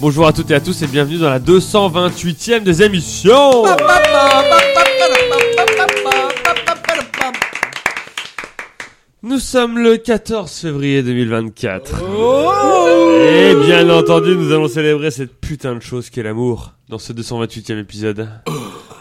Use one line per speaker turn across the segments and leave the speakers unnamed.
Bonjour à toutes et à tous et bienvenue dans la 228e des émissions Nous sommes le 14 février 2024. et bien entendu, nous allons célébrer cette putain de chose qu'est l'amour dans ce 228e épisode.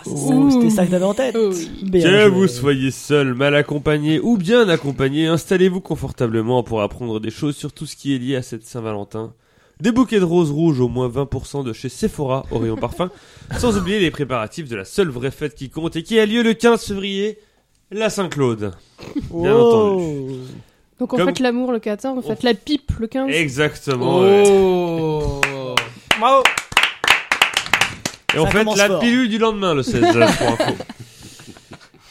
C'était ça que t'avais en tête. Bien
Que
joué.
vous soyez seul, mal accompagné ou bien accompagné, installez-vous confortablement pour apprendre des choses sur tout ce qui est lié à cette Saint-Valentin. Des bouquets de roses rouges au moins 20% de chez Sephora, au rayon parfum, sans oublier les préparatifs de la seule vraie fête qui compte et qui a lieu le 15 février, la Saint-Claude. bien entendu.
Donc on
Comme-
fait l'amour le 14, on fait la pipe le 15.
Exactement.
Oh.
ouais.
Oh
Bravo.
Et on
Ça
fait
commence
la
fort.
pilule du lendemain le 16 euh, pour info.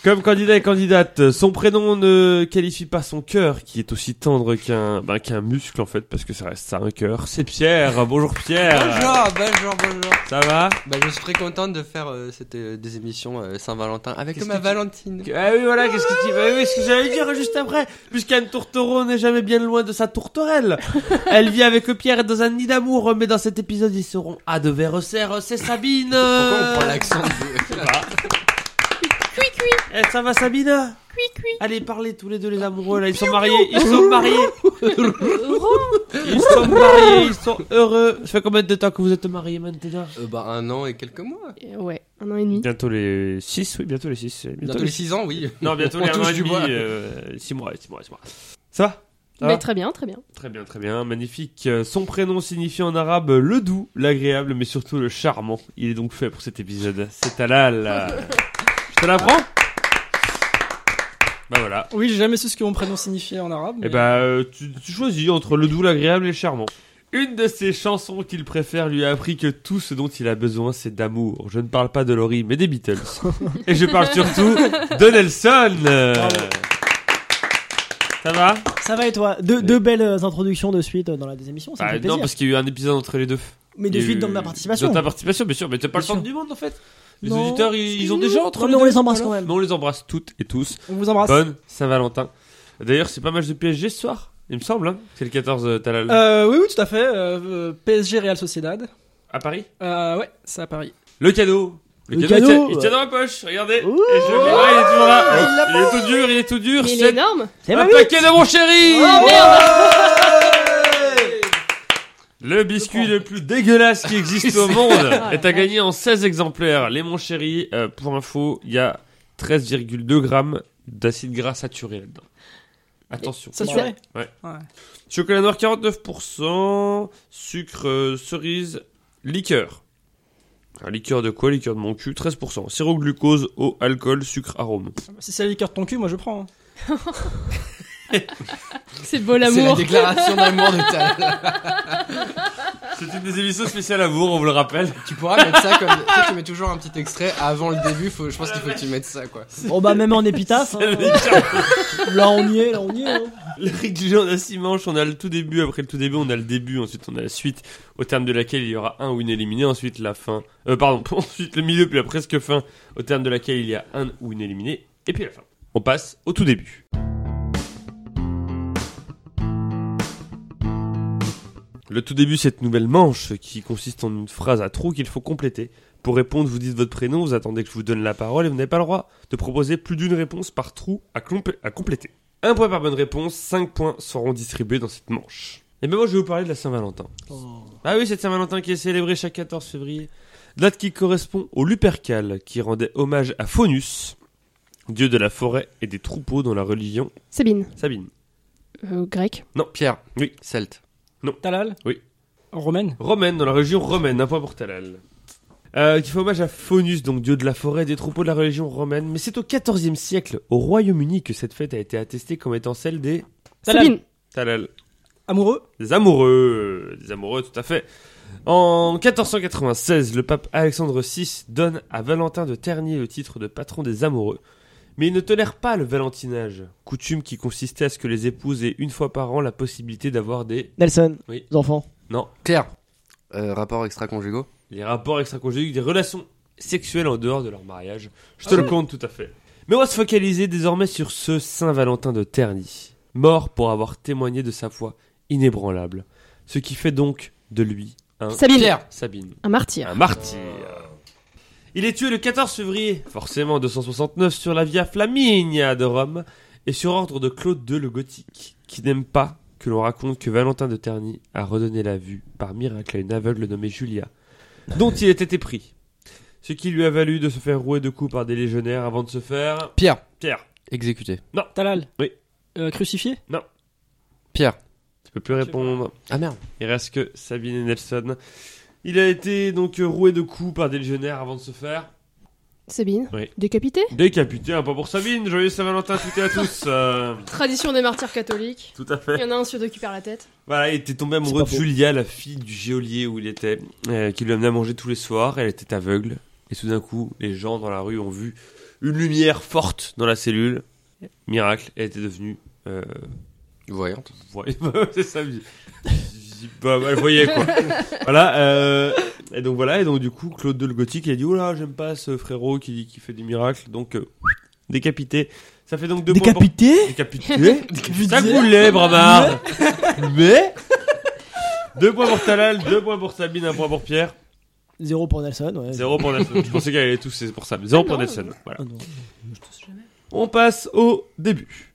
Comme candidat et candidate, euh, son prénom ne qualifie pas son cœur, qui est aussi tendre qu'un bah, qu'un muscle en fait, parce que ça reste ça un cœur. C'est Pierre. Bonjour Pierre.
Bonjour, bonjour, bonjour.
Ça va
Euh, Bah, je suis très contente de faire euh, cette, euh, des émissions euh, Saint-Valentin avec
Qu'est-ce
ma
que tu-
Valentine.
Ah oui voilà. Qu'est-ce que tu bah oui, ce que j'allais dire juste après, puisqu'Anne Tourtereau n'est jamais bien loin de sa tourterelle. Elle vit avec Pierre dans un nid d'amour, mais dans cet épisode ils seront à de verre C'est Sabine.
Pourquoi on prend l'accent de...
Eh, ça va Sabina
Cui, cui.
Allez, parlez tous les deux, les amoureux, là, ils sont mariés, ils sont mariés Ils sont mariés, ils sont heureux Ça fait combien de temps que vous êtes mariés maintenant
Euh, bah, un an et quelques mois.
Euh, Ouais, un an et demi.
Bientôt les 6, oui, bientôt les 6.
Bientôt les 6 ans, oui.
Non, bientôt
On
les 1
touche
an et
du
demi,
bois.
6 mois, 6 mois, 6 mois. Ça va Ça va
Mais très bien, très bien.
Très bien, très bien, magnifique. Euh, Son prénom signifie en arabe le doux, l'agréable, mais surtout le charmant. Il est donc fait pour cet épisode. C'est Talal. euh. Je te l'apprends Bah voilà.
Oui, j'ai jamais su ce que mon prénom signifiait en arabe.
Eh
mais-
bah, euh, tu, tu choisis entre le doux, l'agréable et le charmant. Une de ses chansons qu'il préfère lui a appris que tout ce dont il a besoin, c'est d'amour. Je ne parle pas de Laurie, mais des Beatles. et je parle surtout de Nelson. Euh,
Bravo.
Ça va
Ça va et toi Deux, deux belles euh, introductions de suite euh, dans la des émissions, ça
Eh. Bah,
me fait
Non,
plaisir.
parce qu'il y a eu un épisode entre les deux.
Mais de
Il y a
suite
eu-
dans ma participation.
Dans ta participation, bien sûr. Mais t'as pas le
Bien
temps
sûr.
du monde, en fait. Les
Non,
auditeurs, ils, ils ont déjà entre
Non,
les
mais on
deux.
les embrasse quand même.
Mais on les embrasse toutes et tous.
On vous embrasse.
Bonne Saint-Valentin. D'ailleurs, c'est pas mal de PSG ce soir, il me semble. hein. C'est le 14 euh, Talal.
Euh, oui, oui, tout à fait. euh, euh, PSG Real Sociedad.
À Paris
Euh, ouais, c'est à Paris.
Le cadeau. Le,
Le
cadeau, il
cadeau, bah.
tient- il, tient dans ma poche, regardez.
Ouh. Oh.
et je le mets là, il est toujours
Il
là. Il
l'a
est tout dur, il est tout dur.
Mais il est
C'est
énorme
C'est
un
ma
paquet de mon chéri.
Oh.
le biscuit le plus dégueulasse qui existe au
Oh,
monde est à gagner en 16 exemplaires. Les mon chéri, euh, pour info, il y a 13,2 grammes d'acide gras saturé là-dedans. Attention.
Ça serait.
Ouais. Chocolat noir 49%, sucre euh, cerise, liqueur. Un liqueur de quoi Liqueur de mon cul, 13%. Sirop glucose, eau, alcool, sucre, arôme.
Si c'est la liqueur de ton cul, moi je prends. hein.
C'est beau
C'est la
l'amour
déclaration d'amour de ta...
C'est une des émissions spéciales amour, on vous le rappelle.
Tu pourras mettre ça comme... tu sais, tu mets toujours un petit extrait avant le début, faut... je pense qu'il faut que tu mettes ça, quoi.
Bon bah même en épitaphe. hein. là on y est, là on y est. hein.
Le règle du jeu, on a six manches, on a le tout début, après le tout début, on a le début, ensuite on a la suite, au terme de laquelle il y aura un ou une éliminée, ensuite la fin. Euh, pardon, ensuite le milieu, puis la presque fin, au terme de laquelle il y a un ou une éliminée, et puis la fin. On passe au tout début. Le tout début, cette nouvelle manche qui consiste en une phrase à trous qu'il faut compléter. Pour répondre, vous dites votre prénom, vous attendez que je vous donne la parole et vous n'avez pas le droit de proposer plus d'une réponse par trou à, clomp- à compléter. Un point par bonne réponse, 5 points seront distribués dans cette manche. Et bien Eh ben, moi je vais vous parler de la Saint-Valentin. Ah oui, cette Saint-Valentin qui est célébrée chaque 14 février. Date qui correspond au Lupercal, qui rendait hommage à Faunus, dieu de la forêt et des troupeaux dans la religion
Sabine,
Sabine.
euh, grec.
Pierre.
Oui.
Celte.
Talal
Oui.
Romaine
Romaine, dans la région romaine, un point pour Talal. Euh, qui fait hommage à Faunus, donc dieu de la forêt et des troupeaux de la religion romaine. Mais c'est au XIVe siècle, au Royaume-Uni, que cette fête a été attestée comme étant celle des...
Talal.
Sabine,
Talal.
Amoureux
Des amoureux, euh, des amoureux, tout à fait. En 1496, le pape Alexandre VI donne à Valentin de Ternier le titre de patron des amoureux. Mais il ne tolère pas le valentinage, coutume qui consistait à ce que les épouses aient une fois par an la possibilité d'avoir des
Nelson
Oui.
Les enfants
Pierre. Euh, rapport extra-conjugaux.
les rapports extra-conjugaux, des relations sexuelles en dehors de leur mariage. Je te le compte tout à fait. Mais on va se focaliser désormais sur ce Saint Valentin de Terni, mort pour avoir témoigné de sa foi inébranlable, ce qui fait donc de lui Un
Sabine.
Pierre.
Sabine.
Un martyr.
Un martyr. Il est tué le 14 février, forcément 269, sur la Via Flaminia de Rome, et sur ordre de Claude II le Gothique, qui n'aime pas que l'on raconte que Valentin de Terny a redonné la vue par miracle à une aveugle nommée Julia, dont il était épris. Ce qui lui a valu de se faire rouer de coups par des légionnaires avant de se faire.
Pierre.
Pierre,
Exécuté.
Talal.
Oui.
Euh, crucifié
Pierre.
tu peux plus répondre.
Ah merde.
Il reste que Sabine et Nelson. Il a été donc roué de coups par des légionnaires avant de se faire.
Sabine.
Oui.
Décapité.
Décapité, un pas pour Sabine, joyeux Saint-Valentin tout et à tous. euh,
Tradition des martyrs catholiques.
tout à
Il
fait.
y en a un sur deux qui perd la tête.
Voilà, il était tombé amoureux de
C'est pas beau.
Julia, la fille du geôlier où il était, euh, qui lui amenait à manger tous les soirs. Elle était aveugle. Et tout d'un coup, les gens dans la rue ont vu une lumière forte dans la cellule. Miracle, elle était devenue. Euh,
Voyante.
voy- c'est ça, je- je- je- bah, elle voyait quoi. voilà, euh, et donc voilà, et donc du coup, Claude de le Gothique, il a dit Oh là, j'aime pas ce frérot qui, qui fait des miracles, donc euh, décapité. Ça fait donc deux points pour-
Décapité
Décapité
Décapité
Ça coulait, Bramard Mais Deux points pour Talal, deux points pour Sabine, un point pour Pierre,
Zéro pour Nelson, ouais.
zéro pour Nelson. Je pensais qu'elle allait tous, c'est pour ça. mais Zéro
Ah
pour
non.
Nelson. Voilà.
Ah non.
On passe au début.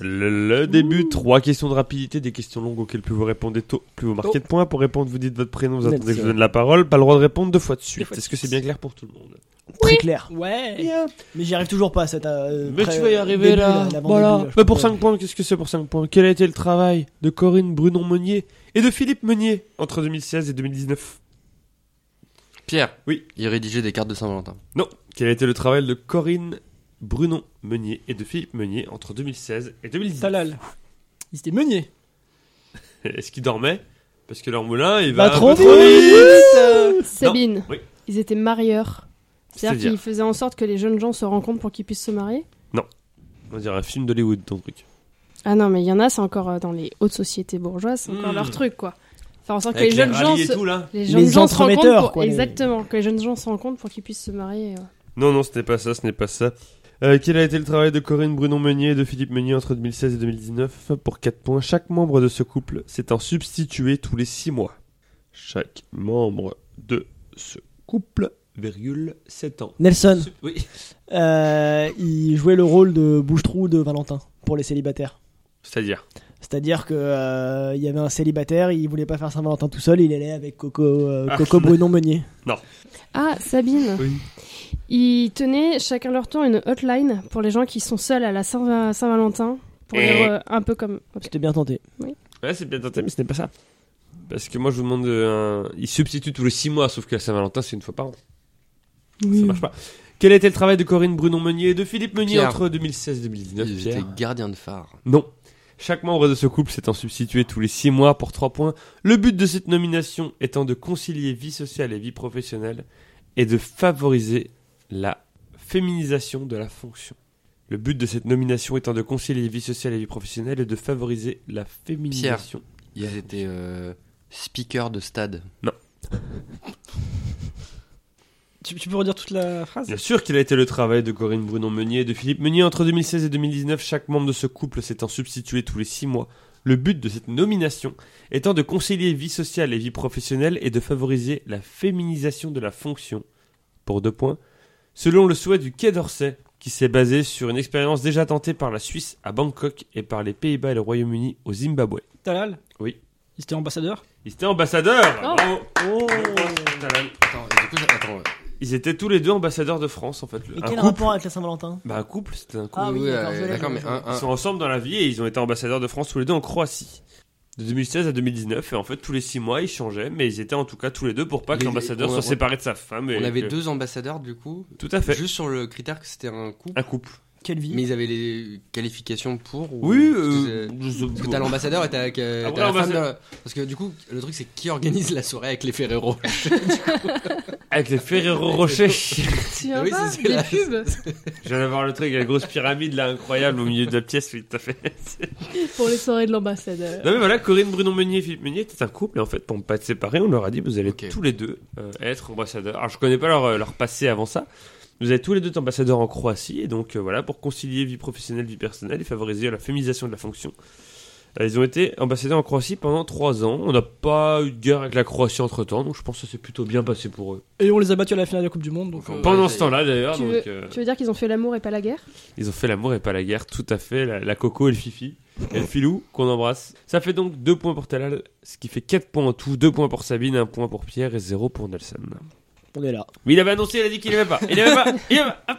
Le, le début, trois questions de rapidité, des questions longues auxquelles plus vous répondez tôt, plus vous
Oh.
marquez de points. Pour répondre, vous dites votre prénom, vous attendez que je vous donne la parole. Pas le droit de répondre deux fois de suite.
fois de
Est-ce que c'est
suite. Eh.
bien clair pour tout le monde
Très clair.
Ouais.
Mais j'y arrive toujours pas à cette. euh,
Mais
pré-
tu vas y arriver,
début,
là.
l'avant-début,
Voilà.
là, je
Mais pour
comprends.
5 points, qu'est-ce que c'est pour 5 points Quel a été le travail de Corinne Brunon-Meunier et de Philippe Meunier entre 2016 et 2019
Pierre.
Oui.
Il rédigeait des cartes de Saint-Valentin.
Non. Quel a été le travail de Corinne Brunon-Meunier et de Philippe Meunier entre 2016 et 2019
Talal. Il s'était meunier.
Est-ce qu'ils dormaient Parce que leur moulin, il va
Bah,
un
trop
peu
vite
Euh, Sabine.
Oui.
Ils étaient marieurs. C'est-à-dire
C'est-à-dire
qu'ils faisaient en sorte que les jeunes gens se rencontrent pour qu'ils puissent se marier.
On dirait un film d'Hollywood, ton truc.
Ah non, mais il y en a, c'est encore euh, dans les hautes sociétés bourgeoises, c'est encore
Mm.
leur truc, quoi. Faire en sorte
Avec
que les jeunes gens
rallyes et
se...
tout, là
Les jeunes
Les
gens se rencontrent
entremetteurs,
pour...
quoi, les-
Exactement, que les jeunes gens se rencontrent pour qu'ils puissent se marier. euh.
Non, non, ce n'est pas ça, ce n'est pas ça. Euh, quel a été le travail de Corinne Brunon-Meunier et de Philippe Meunier entre 2016 et 2019 Pour 4 points, chaque membre de ce couple s'est un substitué tous les 6 mois. Chaque membre de ce couple, virgule, 7 ans.
Nelson.
Sub- Oui.
Euh, il jouait le rôle de bouche-trou de Valentin pour les célibataires.
C'est-à-dire
C'est-à-dire que euh, il y avait un célibataire, il voulait pas faire Saint-Valentin tout seul, il allait avec Coco, euh,
Ah.
Coco Brunon Meunier.
Ah, Sabine.
Oui.
Ils tenaient chacun leur tour une hotline pour les gens qui sont seuls à la Saint- Saint-Valentin. Pour
Eh.
dire euh, un peu comme.
C'était bien tenté.
Ouais, c'est bien tenté, mais ce n'est pas ça. Parce que moi, je vous demande... euh, un- Ils substituent tous les 6 mois, sauf que la Saint-Valentin, c'est une fois par an. Ça marche pas. Quel a été le travail de Corinne Brunon-Meunier et de Philippe Meunier
Pierre.
entre 2016 et 2019
Il
Pierre
était gardien de phare.
Non. Chaque membre de ce couple s'étant substitué tous les 6 mois pour 3 points, le but de cette nomination étant de concilier vie sociale et vie professionnelle et de favoriser la féminisation de la fonction. Le but de cette nomination étant de concilier vie sociale et vie professionnelle et de favoriser la féminisation.
Il était euh, speaker de stade.
Tu, tu peux redire toute la phrase
Bien sûr qu'il a été le travail de Corinne Brunon-Meunier et de Philippe Meunier entre 2016 et 2019, chaque membre de ce couple s'étant substitué tous les 6 mois. Le but de cette nomination étant de concilier vie sociale et vie professionnelle et de favoriser la féminisation de la fonction. Pour deux points, selon le souhait du Quai d'Orsay, qui s'est basé sur une expérience déjà tentée par la Suisse à Bangkok et par les Pays-Bas et le Royaume-Uni au Zimbabwe.
Talal
Oui.
Il était ambassadeur
Ils étaient ambassadeurs
Oh.
Bravo.
Oh
Attends, et du coup, j'ai- attends.
Ils étaient tous les deux ambassadeurs de France en fait. Le-
Et
Un
quel
couple,
rapport avec la Saint-Valentin
bah, un couple c'était un couple.
Ah oui,
Oui,
d'accord,
euh,
je l'ai,
d'accord,
je
mais
l'ai, je l'ai.
un,
Ils
un-
sont ensemble dans la vie et ils ont été ambassadeurs de France tous les deux en Croatie. De 2016 à 2019, et en fait, tous les six mois, ils changeaient, mais ils étaient en tout cas tous les deux pour pas que
Mais
l'ambassadeur
on a-
soit
on-
séparé de sa femme. et
on avait
que-
deux ambassadeurs du coup,
Tout à fait.
juste sur le critère que c'était un couple.
Un couple.
Quelle vie
Mais ils avaient les qualifications pour ou-
Oui,
Parce que
euh,
c'est-
je-
parce que t'as l'ambassadeur et t'as t'as
Ah,
la
ouais,
femme de la- Parce que du coup, le truc c'est qui organise la soirée avec les Ferrero.
avec les Ferrero Rocher. Ah
Tu
viens
viens
Oui, pas
pas
c'est- c'est des la-
pubs
Je viens voir le truc, avec la grosse pyramide là, incroyable, au milieu de la pièce, oui, tout à fait.
pour les soirées de euh. l'ambassadeur.
Non mais voilà, Corinne Brunon Meunier et Philippe Meunier étaient un couple, et en fait, pour ne pas être séparés, on leur a dit, vous allez
Ok.
tous les deux euh, être ambassadeurs. Alors, je connais pas leur, euh, leur passé avant ça. Vous êtes tous les deux ambassadeurs en Croatie, et donc euh, voilà, pour concilier vie professionnelle, vie personnelle et favoriser la féminisation de la fonction. Euh, Ils ont été ambassadeurs en Croatie pendant 3 ans. On n'a pas eu de guerre avec la Croatie entre temps, donc je pense que ça s'est plutôt bien passé pour eux.
Et on les a battus à la finale de la Coupe du Monde. Donc,
Bon,
euh,
Pendant
ouais,
ce temps-là d'ailleurs,
Tu
donc,
veux,
euh,
tu veux dire qu'ils ont fait l'amour et pas la guerre
ils ont fait l'amour et pas la guerre, tout à fait. La, la Coco et le Fifi. Et le Filou, qu'on embrasse. Ça fait donc 2 points pour Talal, ce qui fait 4 points en tout 2 points pour Sabine, 1 point pour Pierre et 0 pour Nelson.
On est là.
Mais il avait annoncé, il a dit qu'il aimait pas. Il aimait pas. Il aimait pas. Hop.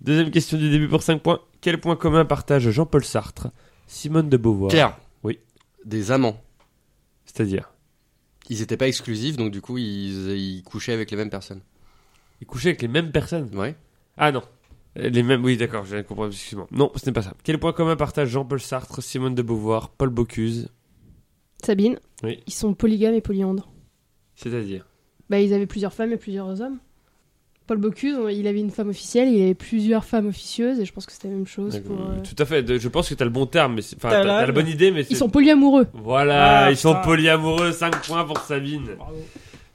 Deuxième question du début pour 5 points. Quel point commun partagent Jean-Paul Sartre, Simone de Beauvoir
Pierre.
Oui.
Des amants.
C'est-à-dire,
Ils étaient pas exclusifs, donc du coup, ils, ils couchaient avec les mêmes personnes.
il couchait avec les mêmes personnes.
Ouais.
Ah non. Euh, Les mêmes, oui, d'accord, je viens de comprendre, excuse-moi. Non, ce n'est pas ça. Quel point commun partagent Jean-Paul Sartre, Simone de Beauvoir, Paul Bocuse
Sabine
Oui.
Ils sont polygames et polyandres.
C'est-à-dire
Bah, ils avaient plusieurs femmes et plusieurs hommes. Paul Bocuse, on- il avait une femme officielle, il avait plusieurs femmes officieuses, et je pense que c'était la même chose pour. euh,
Tout à fait, de- je pense que t'as le bon terme, mais c'est- enfin,
T'as
t'as
la-
t'as la bonne idée, mais c'est.
Ils sont polyamoureux.
Voilà,
Ah,
ils sont
putain.
polyamoureux, 5 points pour Sabine.
bravo,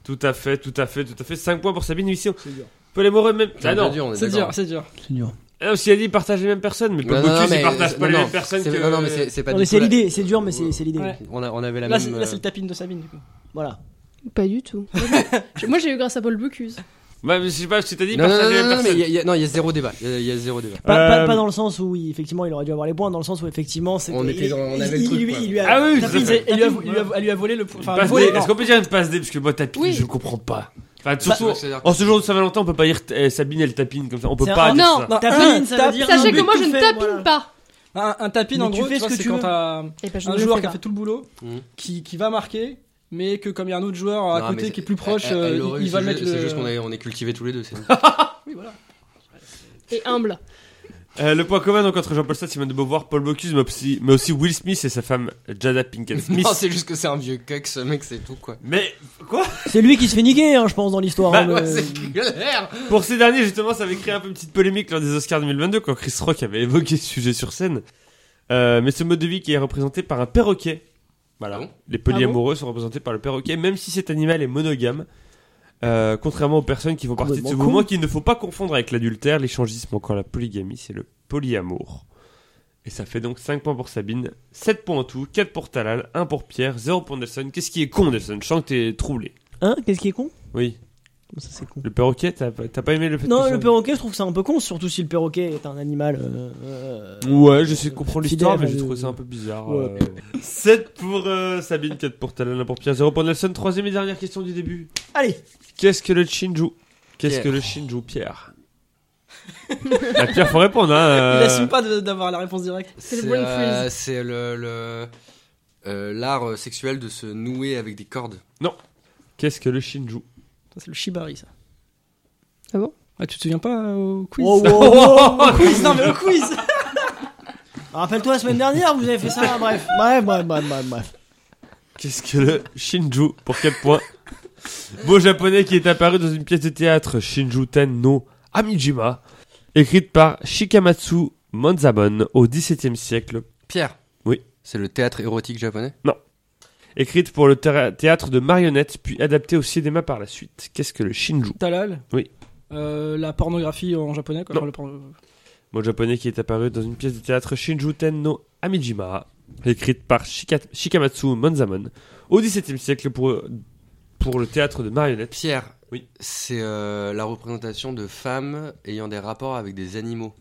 Tout à fait, tout à fait, tout à fait, 5 points pour Sabine, ici. on-
c'est dur.
Polyamoureux même. Ah
C'est
non,
un peu dur, on est
C'est dur,
d'accord.
c'est dur.
C'est dur.
Ah, aussi, il a dit partage les mêmes personnes, mais Paul
Non, non, non,
Bocuse, il
mais-
partage pas
non,
les
non,
mêmes personnes
c'est-
que.
Non, non, mais c'est c'est pas
Non,
du
mais
tout
c'est
la-
l'idée, c'est dur, mais c'est c'est l'idée.
Ouais.
On, a- on avait la
Là, c'est
même.
là, c'est
euh,
le tapine de Sabine. du coup.
Voilà.
Pas du tout. Moi, j'ai eu grâce à Paul Bocuse.
Bah, mais je sais pas ce que t'as dit,
Non, non,
partage
non,
les mêmes
non, non, mais
personnes.
il y a- il y, a- non, il y a zéro débat. Il y a- il y, a zéro débat.
Pas,
Euh,
pas- pas dans le sens où il- effectivement il aurait dû avoir les points, dans le sens où effectivement c'était.
On était
il-
dans- on
il-
avait le
il-
truc,
il lui-
quoi.
il lui a-
Ah oui,
Tapine,
tout à
Tapine,
fait.
elle lui a, elle lui a- elle lui a volé le. Enfin,
Passe
volé,
D.
non.
Est-ce qu'on peut dire une passe D Parce que moi, tapine,
Oui.
je ne comprends pas. Enfin,
Bah,
surtout,
c'est-à-dire-
en ce jour de Saint-Valentin, on peut pas dire eh, Sabine, elle tapine comme ça. On peut
C'est
pas
un-
dire
non.
ça.
Non,
Tapine,
un
Ah, ça veut
tap-
dire-
Sachez
but
que moi, je
tout
ne
fait,
tapine
voilà.
pas.
Un, un tapine,
Mais
en
tu
gros,
fais
tu vois,
ce que
c'est
tu
quand
veux.
t'as
Et ben, je ne
un
le
joueur
fais
qui a
pas.
fait tout le boulot,
Mhm.
qui, qui va marquer, mais que comme il y a un autre joueur à
Non, mais
côté
c'est-
qui est plus proche,
elle- elle
euh,
l'aurait
il,
eu,
il va
c'est
mettre
juste- C'est juste qu'on
le.
est, on est cultivés tous les deux. c'est-
Oui, voilà.
Et humble.
Euh, le point commun donc, entre Jean-Paul Sartre, Simone de Beauvoir, Paul Bocuse, mais aussi, mais aussi Will Smith et sa femme Jada Pinkett Smith.
Non, c'est juste que c'est un vieux cuck, ce mec, c'est tout quoi.
mais quoi
C'est lui qui se fait niquer, hein, je pense, dans l'histoire.
Bah,
hein,
Ouais,
Euh,
le-
c'est galère
Pour ces derniers, justement, ça avait créé un peu une petite polémique lors des Oscars 2022 quand Chris Rock avait évoqué ce sujet sur scène. Euh, mais ce mode de vie qui est représenté par un perroquet. Voilà.
Ah bon
Les polyamoureux sont représentés par le perroquet, même si cet animal est monogame. Euh, contrairement aux personnes qui font partie de ce
Complètement
mouvement, qu'il ne faut pas confondre avec l'adultère, l'échangisme, encore la polygamie, c'est le polyamour. Et ça fait donc 5 points pour Sabine, 7 points en tout, 4 pour Talal, 1 pour Pierre, 0 pour Nelson. Qu'est-ce qui est con, Nelson Je sens que t'es troublé.
Hein Qu'est-ce qui est con
Oui.
Ça, c'est con.
Le perroquet, t'as pas t'as pas aimé le fait que
Non,
ça-
le perroquet, je trouve ça un peu con, surtout si le perroquet est un animal. euh, euh,
Ouais, j'essaie de comprendre
Fidèle,
l'histoire, mais j'ai
euh,
trouvé ça un peu bizarre. euh.
ouais.
7 pour euh, Sabine, 4 pour Talana, pour Pierre, 0 pour Nelson. Troisième et dernière question du début.
Allez
Qu'est-ce que le Shinju Qu'est-ce
Pierre.
que le Shinju, Pierre bah, Pierre, faut répondre. Hein, euh.
Il assume pas de- d'avoir la réponse directe.
C'est le brain
euh,
freeze.
C'est le. le- euh, L'art euh, sexuel de se nouer avec des cordes.
Qu'est-ce que le Shinju
Ça, C'est le Shibari, ça.
Ah bon
Ah, tu te souviens pas euh, au quiz
Oh, Wow, wow, wow.
Au quiz, non mais au quiz
Rappelle-toi, la semaine dernière, vous avez fait ça, hein, bref. Bref, bref, bref, bref. bref.
Qu'est-ce que le Shinju Pour 4 points. Beau japonais qui est apparu dans une pièce de théâtre Shinju Ten no Amijima, écrite par Shikamatsu Manzamon au XVIIe siècle
Pierre.
Oui.
C'est le théâtre érotique japonais.
écrite pour le thé- théâtre de marionnettes, puis adaptée au cinéma par la suite. Qu'est-ce que le Shinju
Talal
Oui.
Euh, la pornographie en japonais, quoi.
Non.
Enfin, le porno-
Mot japonais qui est apparu dans une pièce de théâtre Shinju Ten no Amijima, écrite par Shika- Shikamatsu Manzamon au XVIIe siècle pour, pour le théâtre de marionnettes.
Pierre.
Oui.
C'est euh, la représentation de femmes ayant des rapports avec des animaux.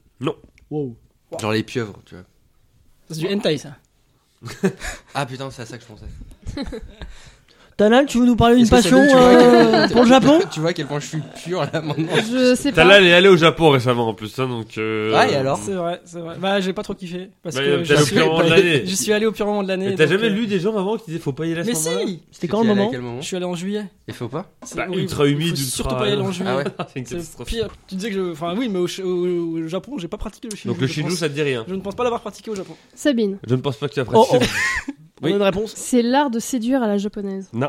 Wow.
Genre les pieuvres, tu vois.
Ça, C'est du hentai, ça.
Ah putain, c'est à ça que je pensais.
Talal, tu veux nous parler d'une
Est-ce que ça
passion
donne- tu vois
euh,
quel-
pour le Japon
Tu vois à quel point je suis pur là maintenant.
Je sais pas.
Talal est allé au Japon récemment en plus, hein, donc. euh,
Ouais, et alors
C'est vrai, c'est vrai. Bah, j'ai pas trop kiffé. Ah, Parce
Bah,
que
t'as le pire moment de l'année.
je suis allé au pire moment de l'année.
Mais T'as
donc,
jamais
euh,
lu des gens avant qui disaient faut pas y aller à ce
Mais
moment-là
si
C'était quand le
Tu y allais à
moment
quel moment
Je suis allé en juillet.
Il faut pas
C'est
Bah,
horrible.
ultra humide,
Faut
ultra-
surtout pas y aller en juillet.
Ah ouais
C'est une
C'est
catastrophe.
pire. Tu disais que je. Enfin, oui, mais au, ch- au- au Japon, j'ai pas pratiqué le shinju.
Donc le
je
Shinju
pense.
ça te dit rien.
Je ne pense pas l'avoir pratiqué au Japon.
Sabine,
Je ne pense pas que tu as
Oh,
pratiqué.
oh. On
Oui.
a une réponse.
c'est l'art de séduire à la japonaise.
Non.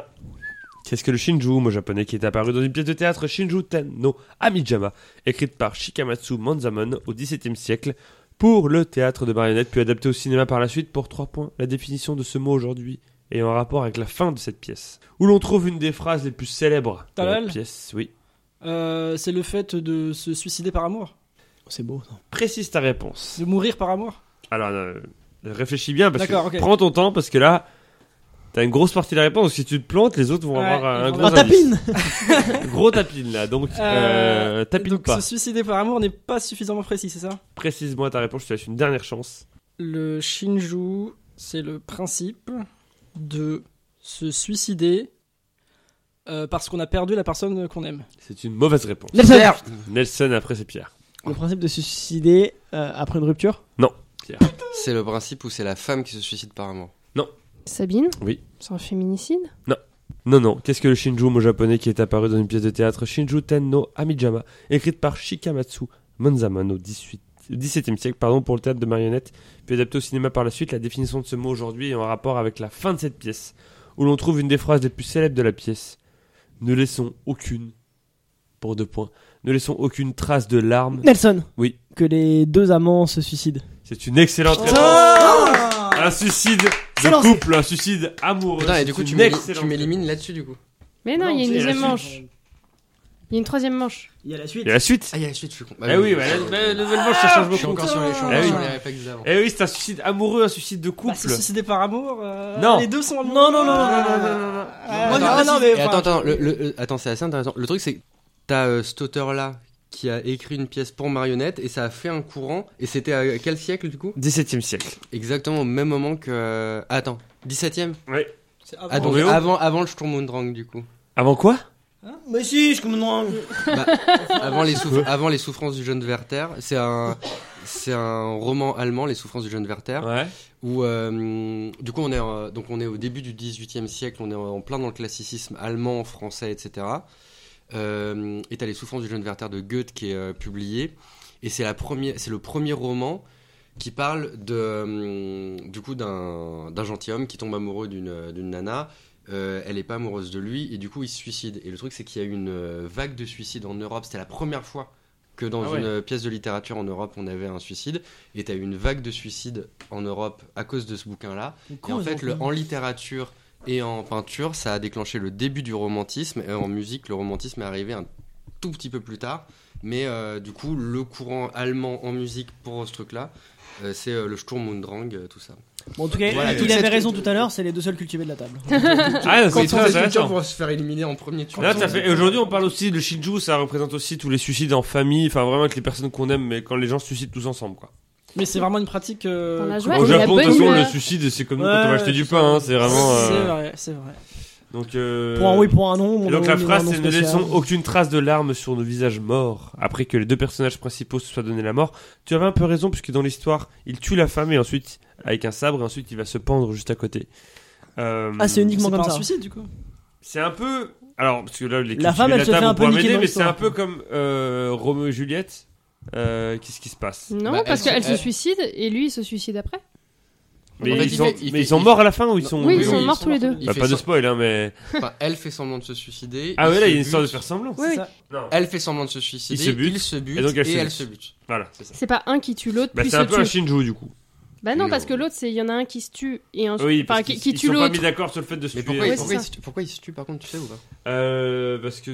Qu'est-ce que le Shinju, mot japonais qui est apparu dans une pièce de théâtre Shinju Ten no Amijama, écrite par Shikamatsu Manzamon au XVIIe siècle pour le théâtre de marionnettes, puis adaptée au cinéma par la suite pour trois points. La définition de ce mot aujourd'hui est en rapport avec la fin de cette pièce, où l'on trouve une des phrases les plus célèbres de la
Talal
pièce. Oui.
Euh, c'est le fait de se suicider par amour.
C'est beau.
Précise ta réponse.
De mourir par amour.
Alors, euh, Réfléchis bien parce que
D'accord, ok.
prends ton temps parce que là, t'as une grosse partie de la réponse. Si tu te plantes, les autres vont
Ouais,
avoir un
ils vont
gros
Un
avoir-
indice.
tapine
Gros tapine là, donc euh,
Euh,
tapine
donc,
pas.
se suicider par amour n'est pas suffisamment précis, c'est ça
Précise-moi ta réponse, je te laisse une dernière chance.
Le Shinju, c'est le principe de se suicider euh, parce qu'on a perdu la personne qu'on aime.
C'est une mauvaise réponse.
Nelson
Nelson après c'est Pierre.
Le principe de se suicider euh, après une rupture
C'est le principe où c'est la femme qui se suicide par amour.
Sabine
Oui.
C'est un féminicide
Non, non, qu'est-ce que le Shinju mot japonais qui est apparu dans une pièce de théâtre Shinju Ten no Amijama, écrite par Shikamatsu Manzamano, 18, 17e siècle, pardon, pour le théâtre de marionnettes, puis adaptée au cinéma par la suite. La définition de ce mot aujourd'hui est en rapport avec la fin de cette pièce, où l'on trouve une des phrases les plus célèbres de la pièce. Ne laissons aucune, pour deux points, ne laissons aucune trace de larmes.
Nelson
Oui.
Que les deux amants se suicident.
C'est une excellente réponse. Un suicide
C'est
de
lancé.
couple, un suicide amoureux.
Putain, et
C'est
du coup,
une
tu m'éli-
excellente
tu m'élimines là-dessus, du coup.
Mais non, il y a une
c'est la
deuxième
suite.
manche. Il y a une troisième manche.
Il y a la
réponse.
suite.
Et la suite
Ah, il y a la suite, je suis con. Bah
Eh oui, bah, la- la- la nouvelle manche, ça change
Je suis
beaucoup.
encore sur les, je suis
Ah
encore
oui.
sur les réflexes d'avant.
Eh oui, c'est un suicide amoureux, un suicide de
Bah,
couple.
se suicider par amour euh,
Non.
Les deux sont
Non, non, non, non, non, non, non,
Ah,
Moi,
non,
j'ai
non,
pas
Eh,
mais
Et attends,
enfin,
attends, le- le- le- attends, c'est assez intéressant. Le truc, c'est que t'as euh, cet auteur-là qui a écrit une pièce pour marionnette et ça a fait un courant. Et c'était à quel siècle, du coup
17 e siècle.
Exactement au même moment que. euh, ah, attends, 17 e
c'est avant.
Ah, donc
Roméo
avant, avant le Sturmundrang, du coup.
Avant quoi
hein Mais si, je comprends.
avant, les souff- avant les souffrances du jeune Werther. C'est un. C'est un roman allemand, Les souffrances du jeune Werther,
Ouais.
où euh, du coup on est euh, donc on est au début du 18e siècle, on est en plein dans le classicisme allemand, français, etc. Euh, et t'as les souffrances du jeune Werther de Goethe qui est euh, publié, et c'est la première, c'est le premier roman qui parle de euh, du coup d'un d'un gentilhomme qui tombe amoureux d'une d'une nana. Euh, elle est pas amoureuse de lui et du coup il se suicide. Et le truc c'est qu'il y a eu une euh, vague de suicides en Europe. C'était la première fois que dans
Ah ouais.
une euh, pièce de littérature en Europe on avait un suicide. Et t'as eu une vague de suicides en Europe à cause de ce bouquin-là. Et en fait le, en littérature et en peinture ça a déclenché le début du romantisme. Et en musique le romantisme est arrivé un tout petit peu plus tard. Mais euh, du coup le courant allemand en musique pour ce truc-là euh, c'est euh, le Sturm und Drang, euh, tout ça.
Bon, en tout cas,
Voilà,
il
toute
avait
cette-
raison tout à l'heure, c'est les deux seuls cultivés de la table.
Ah, c'est très intéressant.
pour se faire éliminer en premier tour.
Là, t'as fait... et Aujourd'hui, on parle aussi de Shinju, ça représente aussi tous les suicides en famille, enfin vraiment avec les personnes qu'on aime, mais quand les gens se suicident tous ensemble. quoi.
Mais c'est vraiment une pratique. euh,
Dans la
cool.
joie, Ouais,
Au
mais la
Japon, de toute
bonne
façon, le
humeur.
suicide, c'est comme nous
Ouais,
quand on va acheter du pain, hein, c'est vraiment. euh,
C'est vrai, c'est vrai.
Donc, euh,
Pour un oui, pour un non.
Et
on
donc la
a- on a un
phrase,
nom
c'est ne
spécial.
laissons aucune trace de larmes sur nos visages morts. Après que les deux personnages principaux se soient donné la mort, tu avais un peu raison puisque dans l'histoire, il tue la femme et ensuite avec un sabre et ensuite il va se pendre juste à côté. Euh,
Ah, c'est uniquement
C'est
comme
pas un
ça.
suicide du coup.
C'est un peu. Alors parce que là les
La femme,
cultivés de
elle se fait
table
un
vont
peu
pouvoir
niquer
m'aider,
dans
mais c'est un
l'histoire.
peu comme euh, Roméo et Juliette. Euh, Qu'est-ce qui se passe
Non,
Bah,
parce
elle-
qu'elle se
elle-
suicide et lui, il se suicide après.
Mais,
En fait,
ils,
il
sont,
fait- il
mais
fait-
ils sont
il-
morts à la fin ou ils sont
oui,
oui,
ils sont
oui,
morts
ils
tous les
sont
deux.
Il
Bah,
fait
pas de
sem-
spoil hein, mais
enfin, elle fait semblant de se suicider.
ah
il
ouais là
se
il y a une histoire de
bute.
faire semblant.
Oui, oui.
Non.
Elle fait semblant de se suicider.
Il se bute,
il se bute
et donc elle se bute.
bute.
Voilà c'est ça.
C'est pas un qui tue l'autre,
Bah,
puis
c'est un
se
peu un
tue.
Shinju du coup.
Bah non,
Mais
parce
on-
que l'autre, c'est il y en a un qui se tue et un
Oui
enfin,
parce
qui,
qu'ils-
qui
ils
tue
sont pas
l'autre.
mis d'accord sur le fait de se
Mais
tuer.
pourquoi,
Ouais,
pourquoi
c'est
il
ça.
se tue, pourquoi il se tue par contre, tu sais ou pas
Euh, parce que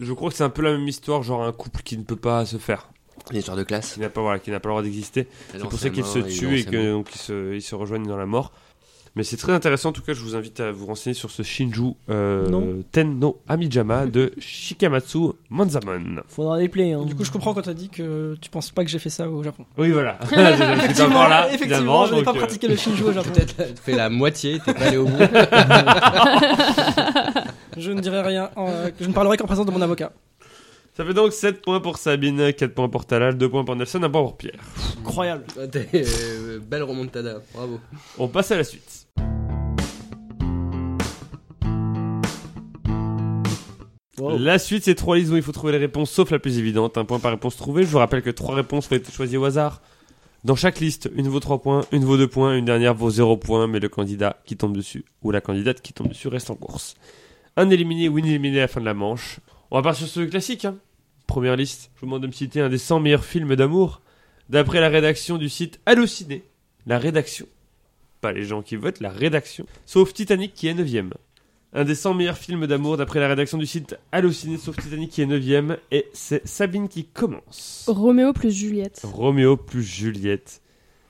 je crois que c'est un peu la même histoire, genre un couple qui ne peut pas se faire,
Une histoire de classe.
qui n'a pas, voilà, qui n'a pas le droit d'exister. C'est pour ça qu'ils se tuent et que- donc, ils se, ils se rejoignent dans la mort. Mais c'est très intéressant, en tout cas, je vous invite à vous renseigner sur ce Shinju euh,
Non.
Ten no Amijama de Shikamatsu Manzamon.
Faudra les play. Hein.
Du coup, je comprends quand t'as dit que tu penses pas que j'ai fait ça au Japon.
Oui, voilà. Effectivement,
effectivement, je n'ai
euh,
pas pratiqué le Shinju au Japon.
Peut-être fait la moitié, t'es pas allé au bout.
Je ne dirai rien. en- euh, je ne parlerai qu'en présence de mon avocat.
euh, Ça fait donc 7 points pour Sabine, 4 poins pour Talal, 2 points pour Nelson, 1 point pour Pierre.
Incroyable.
T'es, euh, belle remontada, bravo.
On passe à la suite.
Wow.
La suite, c'est trois listes où il faut trouver les réponses, sauf la plus évidente. Un point par réponse trouvée. Je vous rappelle que trois réponses ont été choisies au hasard. Dans chaque liste, une vaut 3 points, une vaut 2 points, une dernière vaut 0 points, mais le candidat qui tombe dessus ou la candidate qui tombe dessus reste en course. Un éliminé ou une éliminée à la fin de la manche. On va partir sur ce classique. Hein. Première liste, je vous demande de me citer un des 100 meilleurs films d'amour, d'après la rédaction du site Allociné. La rédaction. Pas les gens qui votent, la rédaction. Sauf Titanic qui est 9ème. Un des 100 meilleurs films d'amour d'après la rédaction du site Allociné sauf Titanic qui est 9ème et c'est Sabine qui commence. Oh.
Roméo plus Juliette.
Roméo plus Juliette,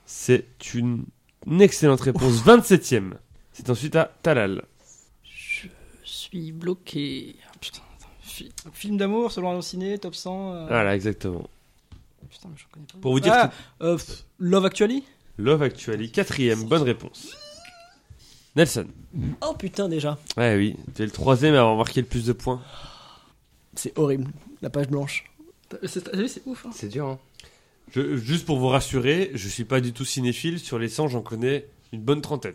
c'est une Une excellente réponse, 27ème. C'est ensuite à Talal.
Je suis bloqué. Ah, putain, attends. Fi- film d'amour selon Allociné, top 100. euh,
Voilà, exactement.
Putain, mais je connais pas.
Pour vous dire
Ah, euh, pff, Love Actually
que Love Actually, quatrième, bonne réponse. Nelson.
Oh putain, déjà.
Ouais, oui, tu es le troisième à avoir marqué le plus de points.
C'est horrible. La page blanche.
C'est ouf.
C'est dur, hein.
Je- juste pour vous rassurer, je suis pas du tout cinéphile. Sur les 100, j'en connais une bonne trentaine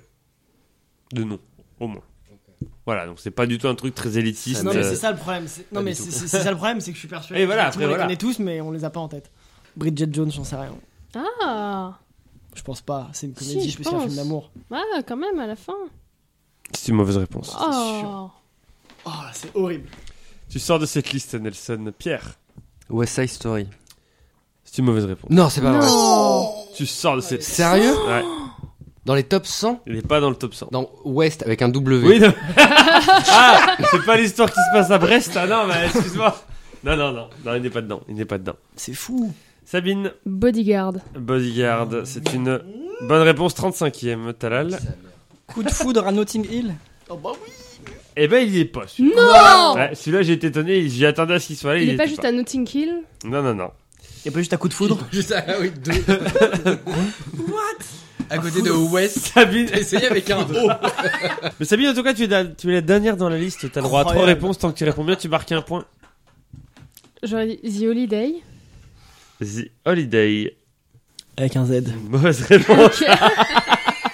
de noms, au moins. Voilà, donc c'est pas du tout un truc très élitiste.
Non, mais
euh,
c'est ça le problème. c'est- Non,
Pas
mais
du tout.
c'est c'est- c'est ça le problème, c'est que je suis persuadé.
Et voilà,
qu'effectivement,
après,
on les
voilà.
connaît tous, mais on les a pas en tête. Bridget Jones, j'en sais rien.
Ah,
Je pense pas. C'est une
Si,
comédie
je
spéciale
pense.
film d'amour.
ah, quand même, à la fin.
C'est une mauvaise réponse.
Ah.
Oh.
Oh, c'est horrible.
Tu sors de cette liste, Nelson. Pierre,
West Side Story.
c'est une mauvaise réponse.
Non, c'est pas vrai.
Non.
Tu sors de cette.
Sérieux
Ouais,
Dans les top 100
il est pas dans le top 100.
Dans West avec un W.
Oui, non. ah, c'est pas l'histoire qui se passe à Brest. Ah non, mais excuse-moi. Non, non, non, non, il n'est pas dedans. Il n'est pas dedans.
C'est fou.
Sabine,
Bodyguard.
bodyguard, c'est une bonne réponse. 35e, Talal.
Coup de foudre à Notting Hill
Oh bah oui.
Eh ben, il y est pas. celui-là.
Non
Ouais, celui-là, j'ai été étonné, j'y attendais à ce qu'il soit là.
Oh Il
y
est pas
était
juste à Notting Hill
Non, non, non.
Y'a pas juste un coup de foudre
Juste
ah
à, oui, deux. What À côté de West.
Sabine,
Essayez avec un O.
mais Sabine, en tout cas, tu es, la- tu es la dernière dans la liste. T'as le droit à trois
Incroyable.
réponses. Tant que tu réponds bien, tu marques un point.
J'aurais dit The Holiday.
The Holiday.
Avec un Z.
Mauvaise réponse.
Ok.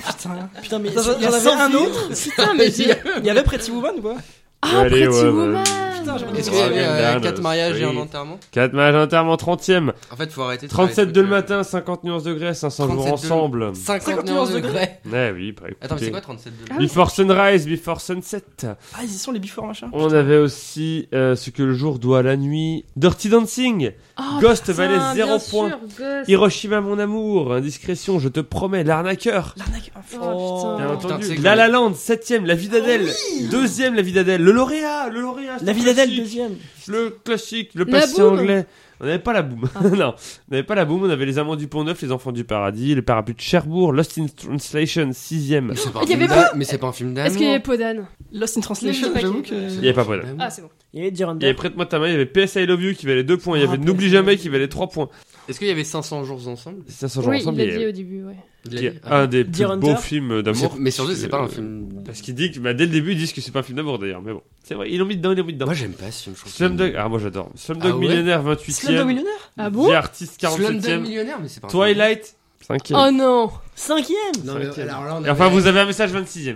Putain.
Putain, mais
J'en
il y a
avais
100
un
films.
autre
Putain, mais j'ai.
Il y avait Pretty Woman ou quoi
Ah,
Allez,
Pretty
ouais, ouais.
Woman
Putain, j'avais
Est-ce
Oh,
qu'il y avait
Gandalf,
4 mariages et un
oui.
enterrement
4 matchs en 30ème.
En fait, faut arrêter de faire les
37
trucs,
de le
euh,
matin, 50 nuances de Grèce, 500 jours
37 de-
ensemble.
51 degrés.
Ouais, oui, bah, écoutez.
Attends, mais c'est quoi 37 degrés
Ah oui.
Before Sunrise, Before Sunset.
Ah, ils y sont les before machin.
On avait aussi euh, ce que le jour doit à la nuit. Dirty Dancing.
Oh,
Ghost
putain,
valait 0
bien sûr,
points.
Ghost. Oh,
Hiroshima, mon amour. Indiscrétion, je te promets. L'arnaqueur.
L'arnaque. Ah,
Oh,
Bien
Oh,
putain, Ah tu
entendu.
sais que-
La La Land, septième. La vie d'Adèle, deuxième. La vie d'Adèle. Le lauréat, le lauréat. c'est
La
un
vie d'Adèle,
classique.
deuxième.
Le classique, le
La
passé
Boum.
anglais. On n'avait pas la boum. non, on n'avait pas la boum. On avait les amants du Pont Neuf, les enfants du paradis, le parapluie de Cherbourg, Lost in Translation, sixième.
Mais c'est pas
Il y
un film
avait
d'a- mais c'est pas un film
Est-ce qu'il y
d'amour.
avait Podan
Lost in Translation,
Non, je sais pas
j'avoue
qui-
que.
Il n'y avait pas Podan.
Ah, c'est bon.
Il y
Il y
avait
avait
Durandal.
Prête-moi ta main, il y avait PS I Love You qui valait 2 points, il y
Ah,
avait
PS
N'oublie
I
jamais
Love
qui valait 3 points.
Est-ce qu'il y avait 500 jours ensemble
Ça se
Oui, il
ensemble,
l'a
il
dit
est-
au début, ouais.
Il a
qui
dit.
est
Ah.
un des plus
Deer
beaux
Hunter.
films d'amour.
C'est- Mais surtout, c'est pas un film.
Parce qu'il dit que bah, dès le début, ils disent que c'est pas un film d'amour d'ailleurs, mais bon. C'est vrai, ils l'ont mis dedans, ils l'ont mis dedans.
Moi, j'aime pas ce film. je trouve que c'est-
Slumdog, ah moi j'adore. Slumdog
Ah ouais
Millionnaire 28 e
Slumdog Millionnaire
Ah bon
The Artist
Slumdog
47 e
millionnaire, mais c'est pas. un film.
Twilight 5 e
Oh non
Cinquième
Non, mais alors là, on
Et enfin vous avez un message 26 e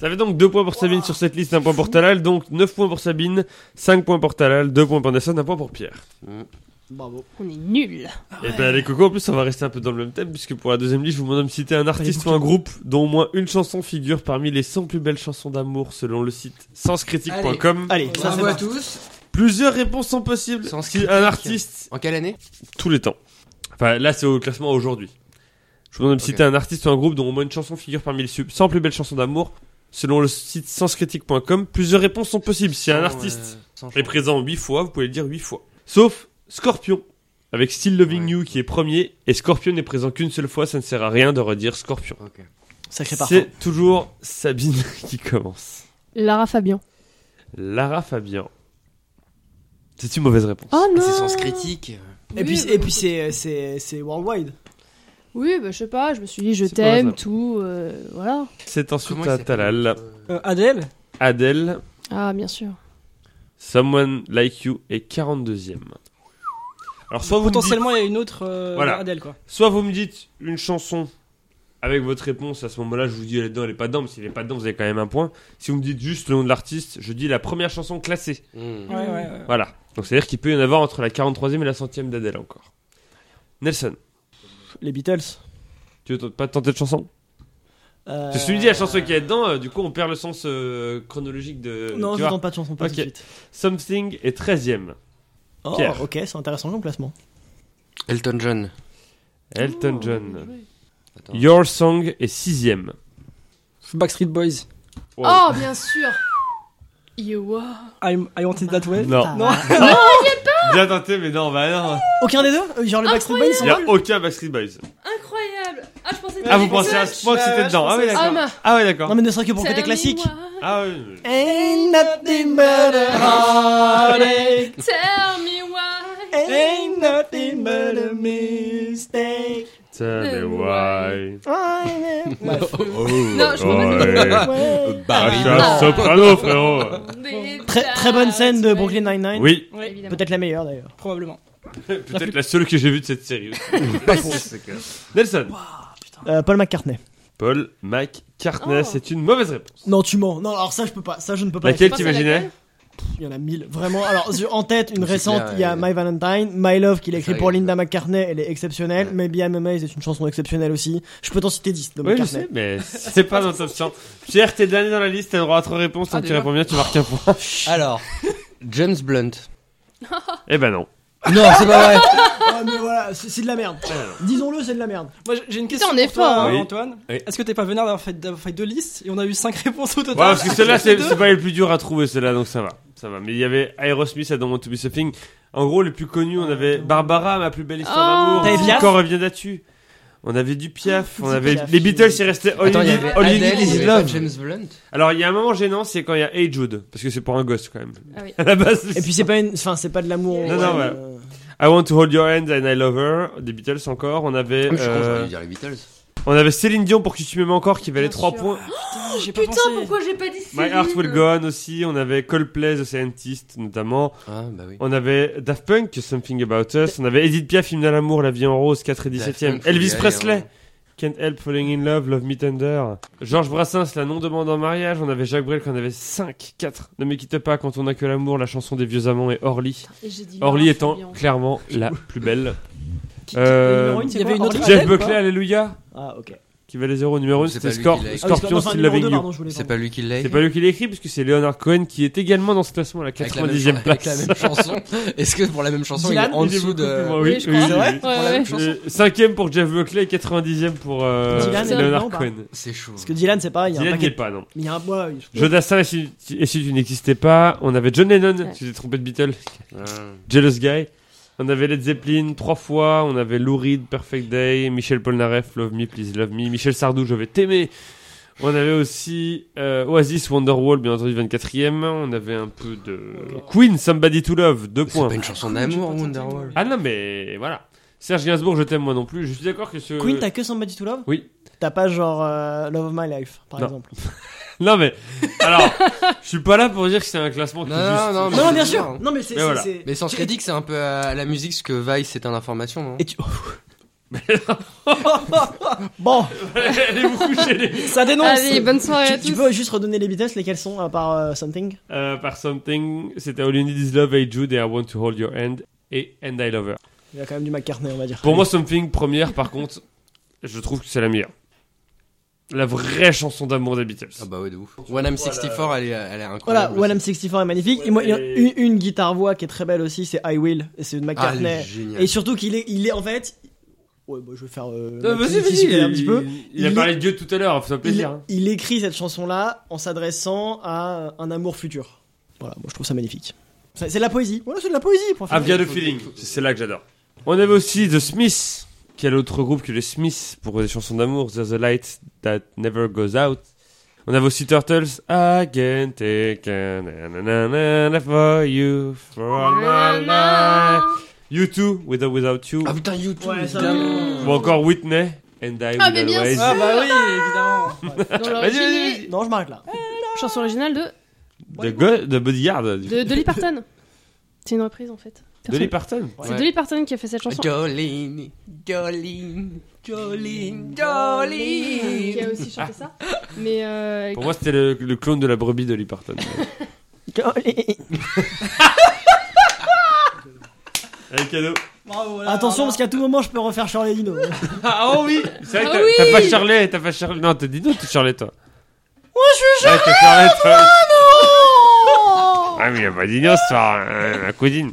Ça fait donc 2 points pour Sabine sur cette liste, 1 point pour Talal, donc 9 points pour Sabine, 5 points pour Talal, 2 points pour Nelson, 1 point pour Pierre.
Bravo.
On est nuls
Ah
Ah
Et ben les cocos en plus on va rester un peu dans le même thème puisque pour la deuxième liste je vous demande de me citer un artiste ou un groupe dont au moins une chanson figure parmi les 100 plus belles chansons d'amour selon le site senscritique.com.
Allez, ça c'est
Bravo à
parti.
tous.
Plusieurs réponses sont possibles.
Sens
Si
critique.
un artiste
En quelle année
tous les temps. Enfin, là, c'est au classement aujourd'hui. Je vous demande de me
Ok.
citer un artiste ou un groupe dont au moins une chanson figure parmi les sub 100 plus belles chansons d'amour. Selon le site senscritique.com, plusieurs réponses sont possibles. Si un
euh,
artiste est présent 8 fois, vous pouvez le dire 8 fois. Sauf Scorpion, avec Still Loving
Ouais.
You qui est premier, et Scorpion n'est présent qu'une seule fois, ça ne sert à rien de redire Scorpion.
Ok.
Sacré parfum.
C'est toujours Sabine qui commence.
Lara Fabian.
Lara Fabian. Ah, C'est une mauvaise réponse.
Oh non
C'est sens critique.
Et puis,
Oui,
et
bah,
puis c'est, c'est, c'est worldwide.
Oui, bah je sais pas, je me suis dit je
C'est pas
t'aime,
grave.
tout, euh, voilà.
C'est
Comment
ensuite
il
à
s'appelle
Talal.
Euh,
Euh, Adèle
Adèle.
Ah, bien sûr.
Someone Like You est 42e. Alors soit vous, me dites,
Potentiellement, il y a une autre euh,
Voilà.
Adèle quoi.
soit vous me dites une chanson avec votre réponse, à ce moment-là je vous dis elle est dedans, elle est pas dedans, mais s'il est pas dedans vous avez quand même un point. Si vous me dites juste le nom de l'artiste, je dis la première chanson classée.
hmm.
Ouais, ouais, ouais.
Voilà. Donc c'est-à-dire qu'il peut y en avoir entre la 43e et la 100e d'Adèle encore. Nelson,
Les Beatles.
tu veux t- pas tenter de chanson
Euh...
Parce que Je me dis la chanson qui est dedans, euh, du coup on perd le sens euh, chronologique de...
Non,
tu
je
vois.
tente pas de chanson, pas
Ok.
tout de suite.
Something est 13e.
Oh,
Pierre.
ok, c'est intéressant comme classement.
Elton John.
Elton
Oh.
Oh,
John.
Attends.
Your Song est 6e.
Backstreet Boys.
Wow.
Oh, bien sûr You are...
I'm- I wanted that way.
Non.
Non.
Bien tenté, mais non, bah non.
Ah, Oh.
Aucun des deux Euh, Genre les Backstreet Boys, ils sont
Il n'y a
mal
aucun Backstreet Boys.
Incroyable Ah, je pensais c'est
Ah, vous pensez à ce point que c'était dedans. Ah, oui,
Ah,
d'accord.
ma-
Ah, ouais, d'accord.
Non, mais ne serait que pour le
Tell
côté
me
classique.
why,
Ah, oui.
Ain't nothing but a heartache.
Tell me why.
Ain't nothing but a mistake.
Tell me why. Oh,
I am- Bref,
Non, je comprends pas.
ouais.
Ah, c'est
bah.
un soprano, frérot.
Des
Très, très bonne scène de
dates,
Brooklyn Nine-Nine.
Oui,
ouais, évidemment.
Peut-être la meilleure d'ailleurs.
Probablement.
peut-être la seule que j'ai vue de cette série. C'est clair. Nelson.
Euh, Paul McCartney.
Paul McCartney,
Oh.
c'est une mauvaise réponse.
Non, tu mens. Non, alors ça, je peux pas. Ça, je ne peux pas.
Laquelle
penses à
t'imaginais
laquelle
Il y en a mille. Vraiment. Alors, sur- en tête, une
C'est
récente,
clair,
il y a
ouais.
My Valentine. My Love, qu'il a écrit
Ça,
pour
il y a-
Linda McCartney. Elle est exceptionnelle.
Ouais.
Maybe I'm Amazed est une chanson exceptionnelle aussi. Je peux t'en citer 10 de
Oui, je
McCartney.
sais, mais c'est pas dans le top 100. Pierre, t'es dernier dans la liste, t'as le droit à trois réponses. Tant
Ah,
que tu
déjà
réponds bien, tu marques un point.
Oh,
Alors, James Blunt.
Eh ben non.
Non, c'est pas vrai.
Ah, mais voilà, c'est c'est de la merde.
Oh.
Disons-le, c'est de la merde.
Moi, j'ai- j'ai une question
Putain, on est
pour toi,
fort,
hein.
hein,
Oui.
Antoine.
Oui.
Est-ce que t'es pas vénère d'avoir fait, d'avoir fait deux listes et on a eu cinq réponses au total
Ouais, parce que celle-là, c'est
Deux.
c'est pas les plus durs à trouver, celle-là, donc ça va. Ça va. Mais il y avait Aerosmith à Don't Want to Be Something. En gros, les plus connus, on avait Barbara, ma plus belle histoire
Oh.
d'amour.
T'avais Piaf
Encore revient là-dessus. On avait du Piaf, on
c'est
avait
Piaf.
les Beatles, il restait All
Attends, il y
You
avait
Need- All You
Adele,
Need
il y
Is
avait pas
Love.
James Blunt.
Alors, il y a un moment gênant, c'est quand il y a Hey Jude, parce que c'est pour un gosse quand même.
Ah oui.
À la base, c'est
Et puis c'est pas une, enfin c'est pas de l'amour.
Non, non, ouais.
euh,
I Want to Hold Your Hand and I Love Her, des Beatles encore. On avait,
Je suis con, j'aurais
euh,
dû dire les Beatles.
on avait Céline Dion pour qui tu m'aimes encore qui valait
Bien
3
sûr.
points.
Putain, j'ai pas
Putain,
pensé.
pourquoi j'ai pas dit ça
My Heart Will Go On aussi. On avait Coldplay, The Scientist notamment.
Ah, bah oui.
On avait Daft Punk, Something About Us. On avait Edith Piaf, Hymne à l'amour, La vie en rose, 4 et 17 e
Daft Punk,
Elvis
faut y
Presley.
aller, hein.
Can't Help Falling in Love, Love Me Tender. Georges Brassens, La non-demande en mariage. On avait Jacques Brel, qu'on avait 5, 4. Ne me quitte pas quand on n'a que l'amour, la chanson des vieux amants et Orly.
Et j'ai dit
Orly
Laurent
étant
Fabian.
clairement la plus belle.
Qui-
Euh,
le numéro une,
il y
c'est quoi,
avait une autre
Orly
Jeff
Adele, ou pas
Buckley, Alléluia,
Ah ok.
qui valait 0. Numéro 1,
C'est
c'était
pas lui
Scor-
qui l'a écrit.
Scorpion,
Ah oui, c'est- non, enfin,
Still
numéro
Loving
deux,
You.
pardon, je voulais,
C'est
pardon.
pas lui qui l'a
C'est pas lui qui l'a écrit, puisque c'est Leonard Cohen qui est également dans ce classement à la
Avec la même
90e
chan-
place.
Avec la même chanson. Est-ce que pour la même chanson,
Dylan,
il est en
Il est
dessous
beaucoup plus loin,
de.
oui,
Oui, je
oui,
crois.
oui, oui.
Ouais, ouais, ouais.
Euh, Cinquième pour Jeff Buckley et 90e pour euh,
Dylan,
Leonard
non, bah.
Cohen.
C'est chaud. hein.
Parce que Dylan c'est pareil. Il y a un
Dylan n'y est pas,
paquet.
non.
Mais il y a un bois. il-
Jodassin, et si, et si tu n'existais pas, on avait John Lennon,
Ouais.
tu t'es trompé de Beatles,
Ah.
Jealous Guy. On avait Led Zeppelin trois fois, on avait Lou Reed, Perfect Day, Michel Polnareff, Love Me, Please Love Me, Michel Sardou, Je vais t'aimer. On avait aussi euh, Oasis, Wonderwall, bien entendu, 24ème. On avait un peu de Queen, Somebody to Love, deux
C'est
points.
pas une chanson d'amour, Wonderwall.
Ah non, mais voilà. Serge Gainsbourg, je t'aime moi non plus. Je suis d'accord que ce.
Queen t'as que Somebody to Love.
Euh, Oui.
T'as pas genre euh, Love of My Life par
Non.
exemple.
Non, mais. Alors, je suis pas là pour dire que c'est un classement qui est
Non,
juste.
non,
Non non bien
c'est bien, hein.
sûr. Non mais c'est.
Mais
c'est-
voilà.
c'est-
Mais sans crédit, que c'est un peu à la musique ce que Vice c'est un information, non
Et tu. bon,
Allez vous coucher, les.
ça dénonce.
Allez, bonne soirée à
tu, tu
tous.
peux juste redonner les vitesses lesquelles sont à part euh, Something.
Euh, par Something, c'était All You Need Is Love, Hey Jude et I Want to Hold Your Hand et And I Love Her.
Il y a quand même du McCartney on va dire.
Pour moi, Something, première, par contre, je trouve que c'est la meilleure. La vraie chanson d'amour des Beatles.
Ah bah ouais, de ouf. One am 64, elle est, elle est
Voilà,
incroyable.
One Am 64 est magnifique. Et moi, il y a une, une guitare voix qui est très belle aussi, c'est I Will, et c'est de
Ah, elle
McCartney.
est géniale.
Et surtout qu'il est, il est en fait. Ouais, bah, je vais faire. euh,
Non,
ma
vas-y,
petite
vas-y,
histoire un petit peu.
Il, il a
Il
parlé de Dieu tout à l'heure, ça fait
Il,
plaisir. hein.
il écrit cette chanson-là en s'adressant à un amour futur. Voilà, moi je trouve ça magnifique. C'est c'est de la poésie. Voilà, c'est de la poésie. point
Ah, via
final.
le feeling. C'est là que j'adore. On avait aussi The Smiths. Quel autre groupe que les Smiths pour des chansons d'amour There's a light that never goes out. On avait aussi Turtles. I can take a na-na-na-na for you for all my life. You too, with or without you.
Ah putain, YouTube,
Ouais, ça-
évidemment.
Ou encore Whitney. And I
Ah, mais
will
bien
always.
sûr.
Ah bah oui, évidemment.
Dans
Vas-y,
l'origine,
vas-y,
Non, je m'arrête là.
Chanson originale de,
vas-y. The, go- the Bodyguard. du-
de Dolly Parton. C'est une reprise en fait. Personne-
Dolly Parton.
C'est
Ouais.
Dolly Parton qui a fait cette chanson.
Jolene, Jolene, Jolene,
Qui a
Jolene.
aussi chanté ça. Mais euh,
Pour moi, c'était le, le clone de la brebis Dolly Parton. Avec cadeau.
Bravo, voilà,
Attention,
voilà.
parce qu'à tout moment je peux refaire Charlie Dino.
Ah oh oui C'est vrai que
Ah
t'as
oui
t'as pas Charlet, t'as pas Charlet. Non, t'as dit non, t'es Charlet, toi. Moi, je suis Charlet, toi. Ah, mais y'a pas d'igno ce soir, hein, ma cousine.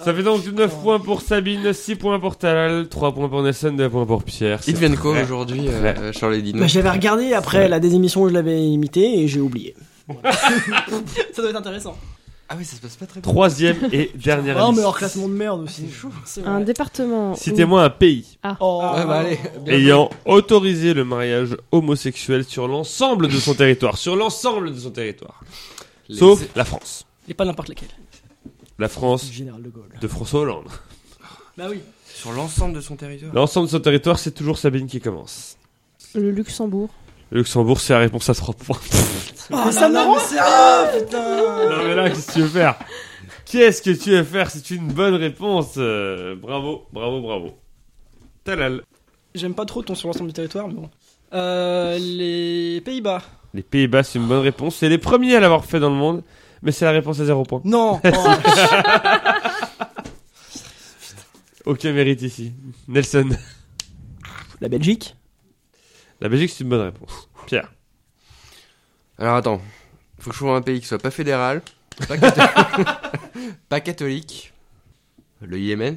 Ça fait donc 9 points pour Sabine, 6 points pour Talal, 3 points pour Nelson, 2 points pour Pierre.
Ils
C'est-
deviennent quoi
Ouais.
aujourd'hui, euh,
Ouais.
euh, Charlie Dino
Bah, j'avais regardé après la des émissions où je l'avais imité et j'ai oublié.
Ça doit être intéressant.
Ah oui, ça se passe pas très bien.
Troisième et dernière
Ah, mais
liste.
hors classement de merde aussi.
C'est
Un
vrai.
département. où-
Citez-moi un pays
Oh,
Ouais, bah allez. bien joué.
ayant autorisé le mariage homosexuel sur l'ensemble de son territoire. Sur l'ensemble de son territoire.
Les-
Sauf la France.
Et pas n'importe lesquels.
La France
Général de Gaulle.
de François Hollande.
Bah oui.
Sur l'ensemble de son territoire.
L'ensemble de son territoire, c'est toujours Sabine qui commence.
Le Luxembourg.
Le Luxembourg, c'est la réponse à 3 points.
Ah,
mais ça m'arrange
non mais là, qu'est-ce que tu veux faire Qu'est-ce que tu veux faire C'est une bonne réponse. euh, bravo, bravo, bravo. Talal.
J'aime pas trop ton sur l'ensemble du territoire, mais bon. Euh, les Pays-Bas.
Les Pays-Bas, c'est une bonne réponse. C'est les premiers à l'avoir fait dans le monde, mais c'est la réponse à 0 points.
Non
Aucun mérite ici. Nelson.
La Belgique
La Belgique, c'est une bonne réponse. Pierre.
Alors attends, faut que je trouve un pays qui soit pas fédéral, pas, catho- pas catholique, le Yémen.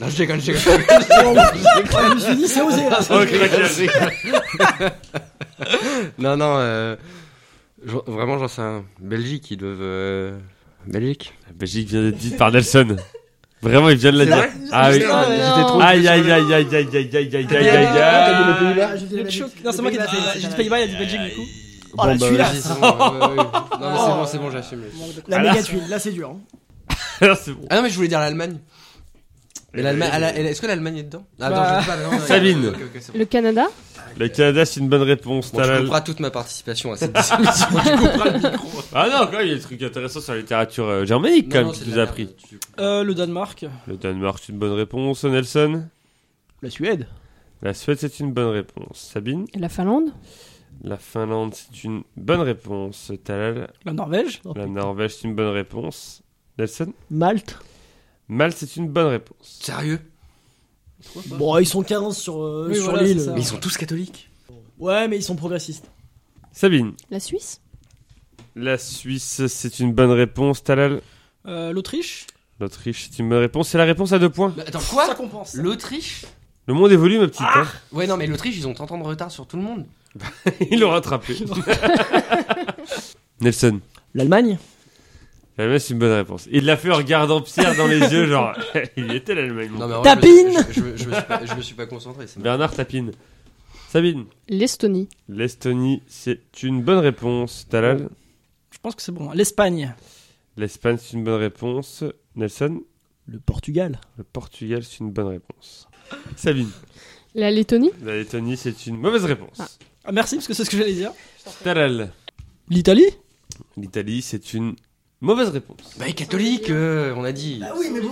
Non, je déconne, je déconne.
Je me suis dit, c'est osé là.
Oh, le craquage.
Non, non, euh, j'en- vraiment, j'en sais un. Belgique, ils doivent. euh, Belgique
La Belgique vient d'être dite par Nelson. Vraiment, il vient de la
C'est
dire.
vrai
ah oui.
J'étais trop
Aïe, aïe, aïe, aïe, aïe, aïe, aïe, aïe, aïe, aïe, aïe,
Ah,
aïe.
t'as dit le Pays-Bas
Le choc- Non, c'est moi qui ai dit.
Ah,
J'ai dit Pays-Bas, il a dit Belgique du coup.
Oh là, celui-là
vas-y, c'est bon, ouais, ouais, ouais. Non, mais c'est bon, c'est bon, j'assume.
La
Ah, là.
méga tuile, là c'est dur. hein.
C'est bon.
Ah non, mais je voulais dire l'Allemagne. Mais l'Allemagne, elle a- elle- est-ce que l'Allemagne est dedans Ah, non,
Bah.
je sais pas, non, non,
Sabine.
ok, ok, c'est bon.
Le Canada.
Le Canada, c'est une bonne réponse.
Bon,
Talal.
je comprends toute ma participation à cette discussion. je comprends le micro.
Ah non, quand même, il y a des trucs intéressants sur la littérature euh, germanique, quand
Non,
même,
c'est
qui
de
nous
la
a
merde,
appris.
tu-
Euh, le Danemark.
Le Danemark, c'est une bonne réponse. Nelson
La Suède
La Suède, c'est une bonne réponse. Sabine
La Finlande.
La Finlande, c'est une bonne réponse. Talal
La Norvège.
Oh,
La Norvège, c'est une bonne réponse. Nelson
Malte
Malte, c'est une bonne réponse.
Sérieux
Bon, ils sont 15 sur, euh,
Oui,
sur
voilà,
l'île.
c'est ça.
Mais ils sont tous catholiques.
Ouais, mais ils sont progressistes.
Sabine
La Suisse.
La Suisse, c'est une bonne réponse. Talal
Euh, L'Autriche.
L'Autriche, c'est une bonne réponse. C'est la réponse à deux points.
Mais attends,
Ça
quoi
compense.
L'Autriche
Le monde évolue, ma petite. hein.
Ouais, non, mais l'Autriche, ils ont 30 ans de retard sur tout le monde.
Il l'a rattrapé. Nelson.
L'Allemagne
L'Allemagne, c'est une bonne réponse. Il l'a fait en regardant Pierre dans les yeux, genre, il y était l'Allemagne. mon
Non, mais
gars.
en vrai,
Tapine
je, me- je- je- je me suis pas, je me suis pas concentré. c'est
Bernard Tapine. Sabine.
L'Estonie.
L'Estonie, c'est une bonne réponse. Talal.
Je pense que c'est bon. hein. L'Espagne.
L'Espagne, c'est une bonne réponse. Nelson.
Le Portugal
Le Portugal, c'est une bonne réponse. Sabine.
La Lettonie.
La Lettonie, c'est une mauvaise réponse.
Ah.
Ah, merci, parce que c'est ce que j'allais dire.
Talal.
L'Italie.
L'Italie, c'est une mauvaise réponse.
Bah, les catholiques, euh, on a dit.
Ah
oui, mais bon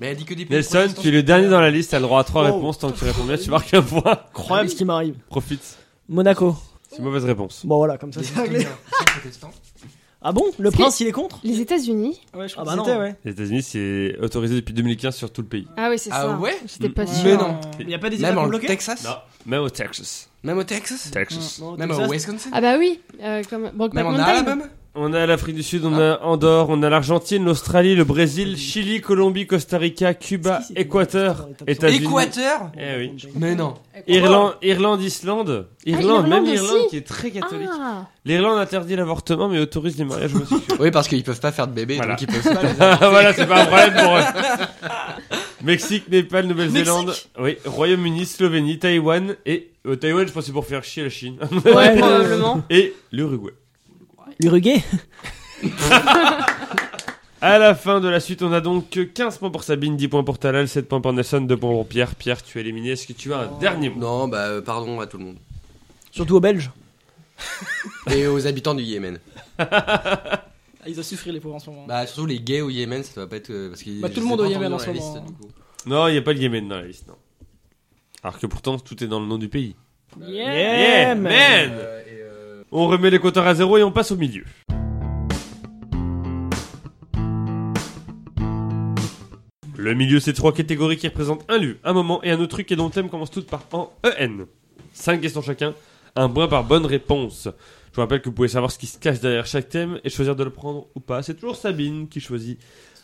Mais elle dit que des pays
Nelson,
protestants.
tu es le dernier dans la liste, t'as le droit à trois
Oh.
réponses. Tant que tu réponds bien, tu marques un point.
Incroyable ce qui m'arrive.
Profite.
Monaco.
C'est une mauvaise réponse.
Bon, voilà, comme ça
Des
c'est réglé.
Italiens, des protestants.
Ah bon Le
Est-ce
prince il est contre
Les États-Unis.
Ouais, je
Ah
crois
bah
que c'était,
non.
ouais.
Les États-Unis, c'est autorisé depuis 2015 sur tout le pays.
Ah oui, c'est
Ah
ça.
ouais
J'étais pas
Mm. Mais
sûre.
Mais non.
Il n'y a pas des
Même
États
en
bloqués
Texas
Même au Texas.
Même au Texas
Texas.
Non,
Même
Texas.
au Wisconsin
Ah bah oui. euh, comme
Ah,
Brokeback
Même en hein,
Mountain.
Alabama
On a l'Afrique du Sud, on a Andorre, on a l'Argentine, l'Australie, le Brésil, Chili, Colombie, Costa Rica, Cuba,
Est-ce qu'il s'est
Équateur,
dans les top
États-Unis,
Équateur
Eh oui.
Mais non
Irlande, Irlande, Islande, Irlande,
l'Irlande
même
aussi.
l'Irlande qui est très catholique.
Ah.
L'Irlande interdit l'avortement mais autorise les mariages homosexuels.
Oui, parce qu'ils peuvent pas faire de bébé,
Voilà.
donc ils peuvent pas.
voilà, c'est pas un problème pour eux. Mexique, Népal, Nouvelle-Zélande,
Mexique.
oui, Royaume-Uni, Slovénie, Taïwan et euh, Taïwan, je pense que c'est pour faire chier la Chine
Ouais,
Probablement.
et l'Uruguay.
L'Uruguay
À la fin de la suite, on a donc que 15 points pour Sabine, 10 points pour Talal, 7 points pour Nelson, 2 points pour Pierre. Pierre, tu es éliminé. Est-ce que tu as un dernier mot
Non, bah, euh, pardon à tout le monde.
Surtout aux Belges.
Et aux habitants du Yémen.
Ah, ils doivent souffrir les pauvres en ce moment.
Bah, surtout les gays au Yémen, ça doit pas être. euh, Parce qu'ils-
Bah, tout
je les
le
ai
monde
pas
au Yémen
entendus dans
en ce
la
moment. hein.
liste, du coup.
Non, il n'y a pas le Yémen dans la liste, non. Alors que pourtant, tout est dans le nom du pays.
Bah, Yeah.
Yeah, man
Euh, et, euh,
On remet les compteurs à zéro et on passe au milieu. Le milieu, c'est trois catégories qui représentent un lieu, un moment et un autre truc et dont le thème commence toutes par en EN. Cinq questions chacun, un point par bonne réponse. Je vous rappelle que vous pouvez savoir ce qui se cache derrière chaque thème et choisir de le prendre ou pas. C'est toujours Sabine qui choisit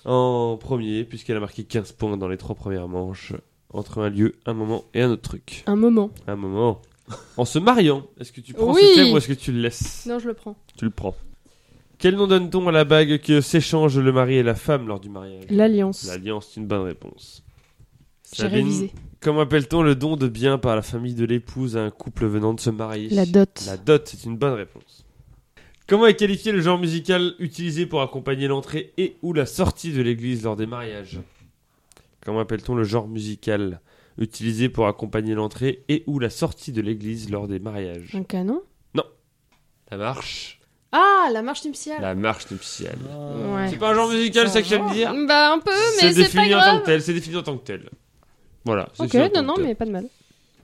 en premier puisqu'elle a marqué 15 points dans les trois premières manches entre un lieu, un moment et un autre truc.
Un moment.
Un moment. En se mariant, est-ce que tu prends
Oui.
ce thème ou est-ce que tu le laisses
Non, je le prends.
tu le prends. Quel nom donne-t-on à la bague que s'échangent le mari et la femme lors du mariage
L'alliance.
L'alliance, c'est une bonne réponse.
J'ai
Sabine,
révisé.
Comment appelle-t-on le don de biens par la famille de l'épouse à un couple venant de se marier
La dot.
La dot, c'est une bonne réponse. Comment est qualifié le genre musical utilisé pour accompagner l'entrée et ou la sortie de l'église lors des mariages Comment appelle-t-on le genre musical utilisé pour accompagner l'entrée et ou la sortie de l'église lors des mariages
Un canon
La marche.
Ah, la marche nuptiale.
La marche nuptiale.
Ouais.
C'est pas un genre musical, c'est ça que j'aime dire
Bah, un peu, mais c'est pas
défini en tant
grave.
que tel, c'est défini en tant que tel. Voilà. c'est
Ok,
défini en tant
non,
que
non,
tel.
mais pas de mal.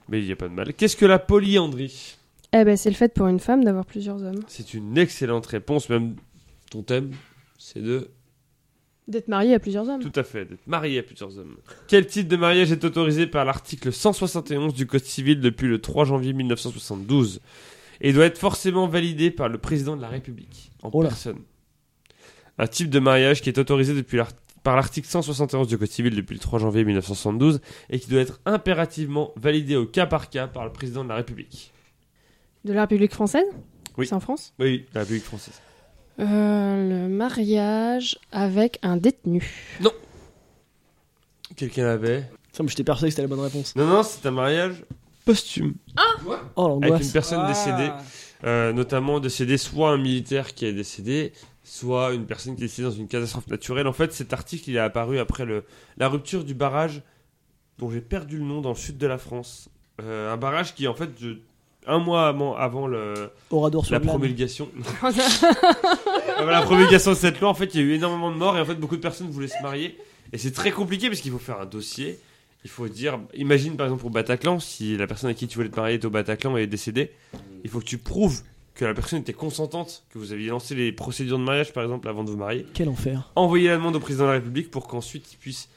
Mais il n'y a pas de mal. Qu'est-ce que la polyandrie
Eh ben, c'est le fait pour une femme d'avoir plusieurs hommes.
C'est une excellente réponse, même ton thème, c'est de...
D'être mariée à plusieurs hommes.
Tout à fait, d'être marié à plusieurs hommes. Quel type de mariage est autorisé par l'article 171 du Code civil depuis le 3 janvier 1972 et doit être forcément validé par le président de la République en
Oh là.
personne Un type de mariage qui est autorisé depuis l'art- par l'article 171 du Code civil depuis le 3 janvier 1972 et qui doit être impérativement validé au cas par cas par le président de la République.
De la République française
Oui.
C'est en France Euh,
Oui, la République française.
Le mariage avec un détenu.
Quelqu'un l'avait
Ça, moi, j'étais persuadé que c'était la bonne réponse.
Non, non, c'est un mariage posthume
Oh,
avec une
l'angoisse.
personne décédée.
Ah.
Euh, notamment décédé soit un militaire qui est décédé, soit une personne qui est décédée dans une catastrophe naturelle. En fait, cet article, il est apparu après le, la rupture du barrage dont j'ai perdu le nom dans le sud de la France. Euh, un barrage qui, en fait, je- un mois avant, avant le,
Orador sur
la
le lard.
promulgation...
Oh
Avant la promulgation de cette loi, en fait, il y a eu énormément de morts et en fait, beaucoup de personnes voulaient se marier. Et c'est très compliqué parce qu'il faut faire un dossier. Il faut dire, imagine par exemple au Bataclan, si la personne à qui tu voulais te marier est au Bataclan et est décédée, il faut que tu prouves que la personne était consentante, que vous aviez lancé les procédures de mariage par exemple avant de vous marier.
Quel enfer.
Envoyer la demande au président de la République pour qu'ensuite il puisse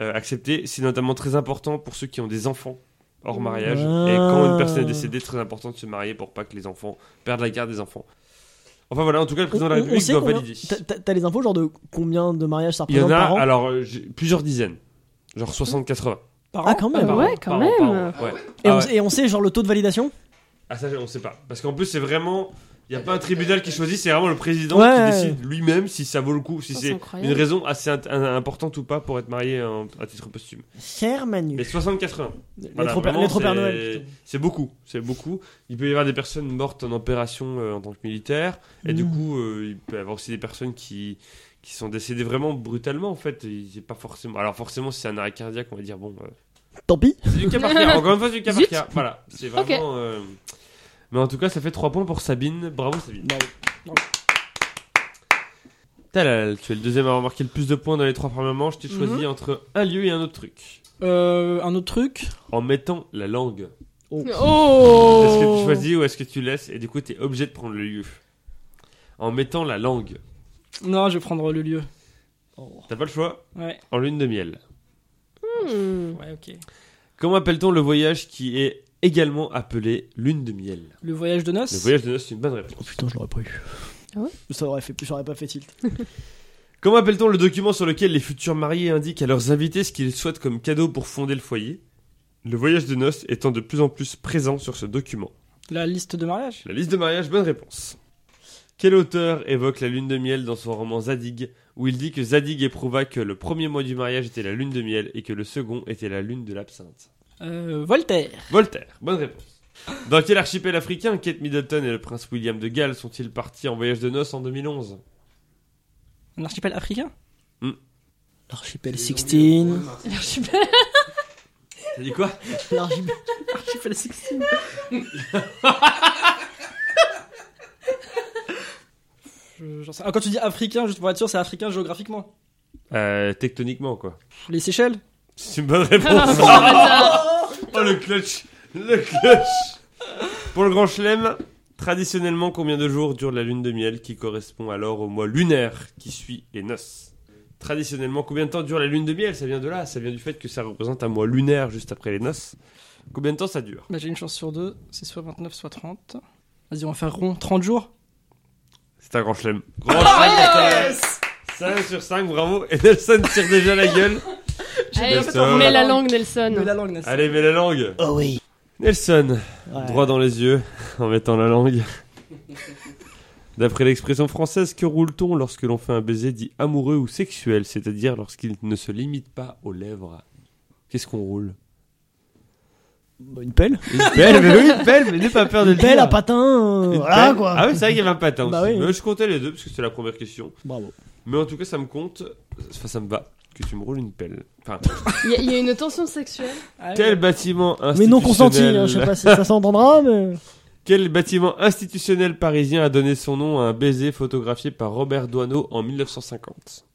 euh, accepter. C'est notamment très important pour ceux qui ont des enfants hors mariage. Et quand une personne est décédée, très important de se marier pour pas que les enfants perdent la garde des enfants. Enfin voilà, en tout cas, le président de la République
sait
doit
combien-
valider.
t'as- T'as t'as les infos, genre de combien de mariages ça
Il y en
représente
a,
par an
alors, euh, j'ai plusieurs dizaines. Genre 60-80.
Par
Ah,
an
quand
Ah
même.
Par an,
ouais, quand
par an, par an,
même.
ouais.
Et,
Ah
on,
ouais.
et on sait, genre, le taux de validation
Ah ça on sait pas. Parce qu'en plus c'est vraiment... Il n'y a pas un tribunal qui choisit, c'est vraiment le président
Ouais.
qui décide lui-même si ça vaut le coup, si
Oh, c'est
c'est
incroyable.
une raison assez int- un- importante ou pas pour être marié en- à titre posthume.
Cher
Mais
Manu.
60-80. Voilà,
Lettre au Père-
vraiment,
lettre au Père
c'est-
Noël. putain.
C'est beaucoup, c'est beaucoup. Il peut y avoir des personnes mortes en opération euh, en tant que militaire, et du
Mm.
coup, euh, il peut y avoir aussi des personnes qui, qui sont décédées vraiment brutalement, en fait. Il- C'est pas forcément... Alors forcément, si c'est un arrêt cardiaque, on va dire, bon... euh,
Tant pis.
c'est du cas par cas, encore une fois, c'est du cas par
Zut.
cas. Voilà, c'est vraiment... euh, Mais en tout cas, ça fait 3 points pour Sabine. Bravo, Sabine.
Bah
Talal, tu es le deuxième à remarquer le plus de points dans les trois premières manches. Tu choisis entre un lieu et un autre truc.
Euh, un autre truc
En mettant la langue.
Oh
Est-ce que tu choisis ou est-ce que tu laisses Et du coup, t'es obligé de prendre le lieu. En mettant la langue.
Non, je vais prendre le lieu.
T'as pas le choix
Ouais,
En lune de miel.
Hmm.
ouais, ok.
Comment appelle-t-on le voyage qui est également appelé lune de miel
Le voyage de
Le
noces
voyage de noces, c'est une bonne réponse.
Oh putain, je l'aurais pas eu.
Ah ouais
Ça aurait fait, j'aurais pas fait tilt.
Comment appelle-t-on le document sur lequel les futurs mariés indiquent à leurs invités ce qu'ils souhaitent comme cadeau pour fonder le foyer Le voyage de noces étant de plus en plus présent sur ce document.
La liste de mariage
La liste de mariage, bonne réponse. Quel auteur évoque la lune de miel dans son roman Zadig, où il dit que Zadig éprouva que le premier mois du mariage était la lune de miel et que le second était la lune de l'absinthe
Euh, Voltaire
Voltaire, bonne réponse. Dans quel archipel africain Kate Middleton et le prince William de Galles sont-ils partis en voyage de noces en 2011
Un archipel africain
L'archipel 16.
T'as dit quoi
L'archipel.
Archipel 16 Je- j'en sais- Ah, quand tu dis africain, juste pour être sûr, c'est africain géographiquement.
Euh, tectoniquement quoi.
Pff, Les Seychelles
C'est une bonne réponse. oh le clutch, le clutch. Pour le grand chelem, traditionnellement combien de jours dure la lune de miel qui correspond alors au mois lunaire qui suit les noces Traditionnellement, combien de temps dure la lune de miel Ça vient de là, ça vient du fait que ça représente un mois lunaire juste après les noces. Combien de temps ça dure
Bah, j'ai une chance sur deux, c'est soit 29, soit 30. Vas-y, on va faire rond. 30 jours
C'est un grand chelem. Grand chelem 5 sur 5, bravo. Et Nelson tire déjà la gueule.
Allez,
Nelson. Nelson.
mets la langue, Nelson.
Mais la langue, Nassim.
Allez, mets la langue.
Oh oui.
Nelson,
Ouais.
droit dans les yeux en mettant la langue. D'après l'expression française, que roule-t-on lorsque l'on fait un baiser dit amoureux ou sexuel, c'est-à-dire lorsqu'il ne se limite pas aux lèvres Qu'est-ce qu'on roule
Bah, Une pelle.
Une pelle, mais oui, une pelle, mais n'aie pas peur de
Une
le
pelle
dire.
à patin. euh,
Une
Voilà
pelle.
quoi.
Ah oui, c'est vrai qu'il y avait un patin
Bah
aussi.
oui.
Mais je comptais les deux parce que c'était la première question.
Bravo.
Mais en tout cas, ça me compte. Enfin, ça me va que tu me roules une pelle. Enfin,
Il y, a- il y a une tension sexuelle.
quel bâtiment
Ah Mais
institutionnel
non consenti, hein, je sais pas si ça s'entendra, mais.
Quel bâtiment institutionnel parisien a donné son nom à un baiser photographié par Robert Doisneau en 1950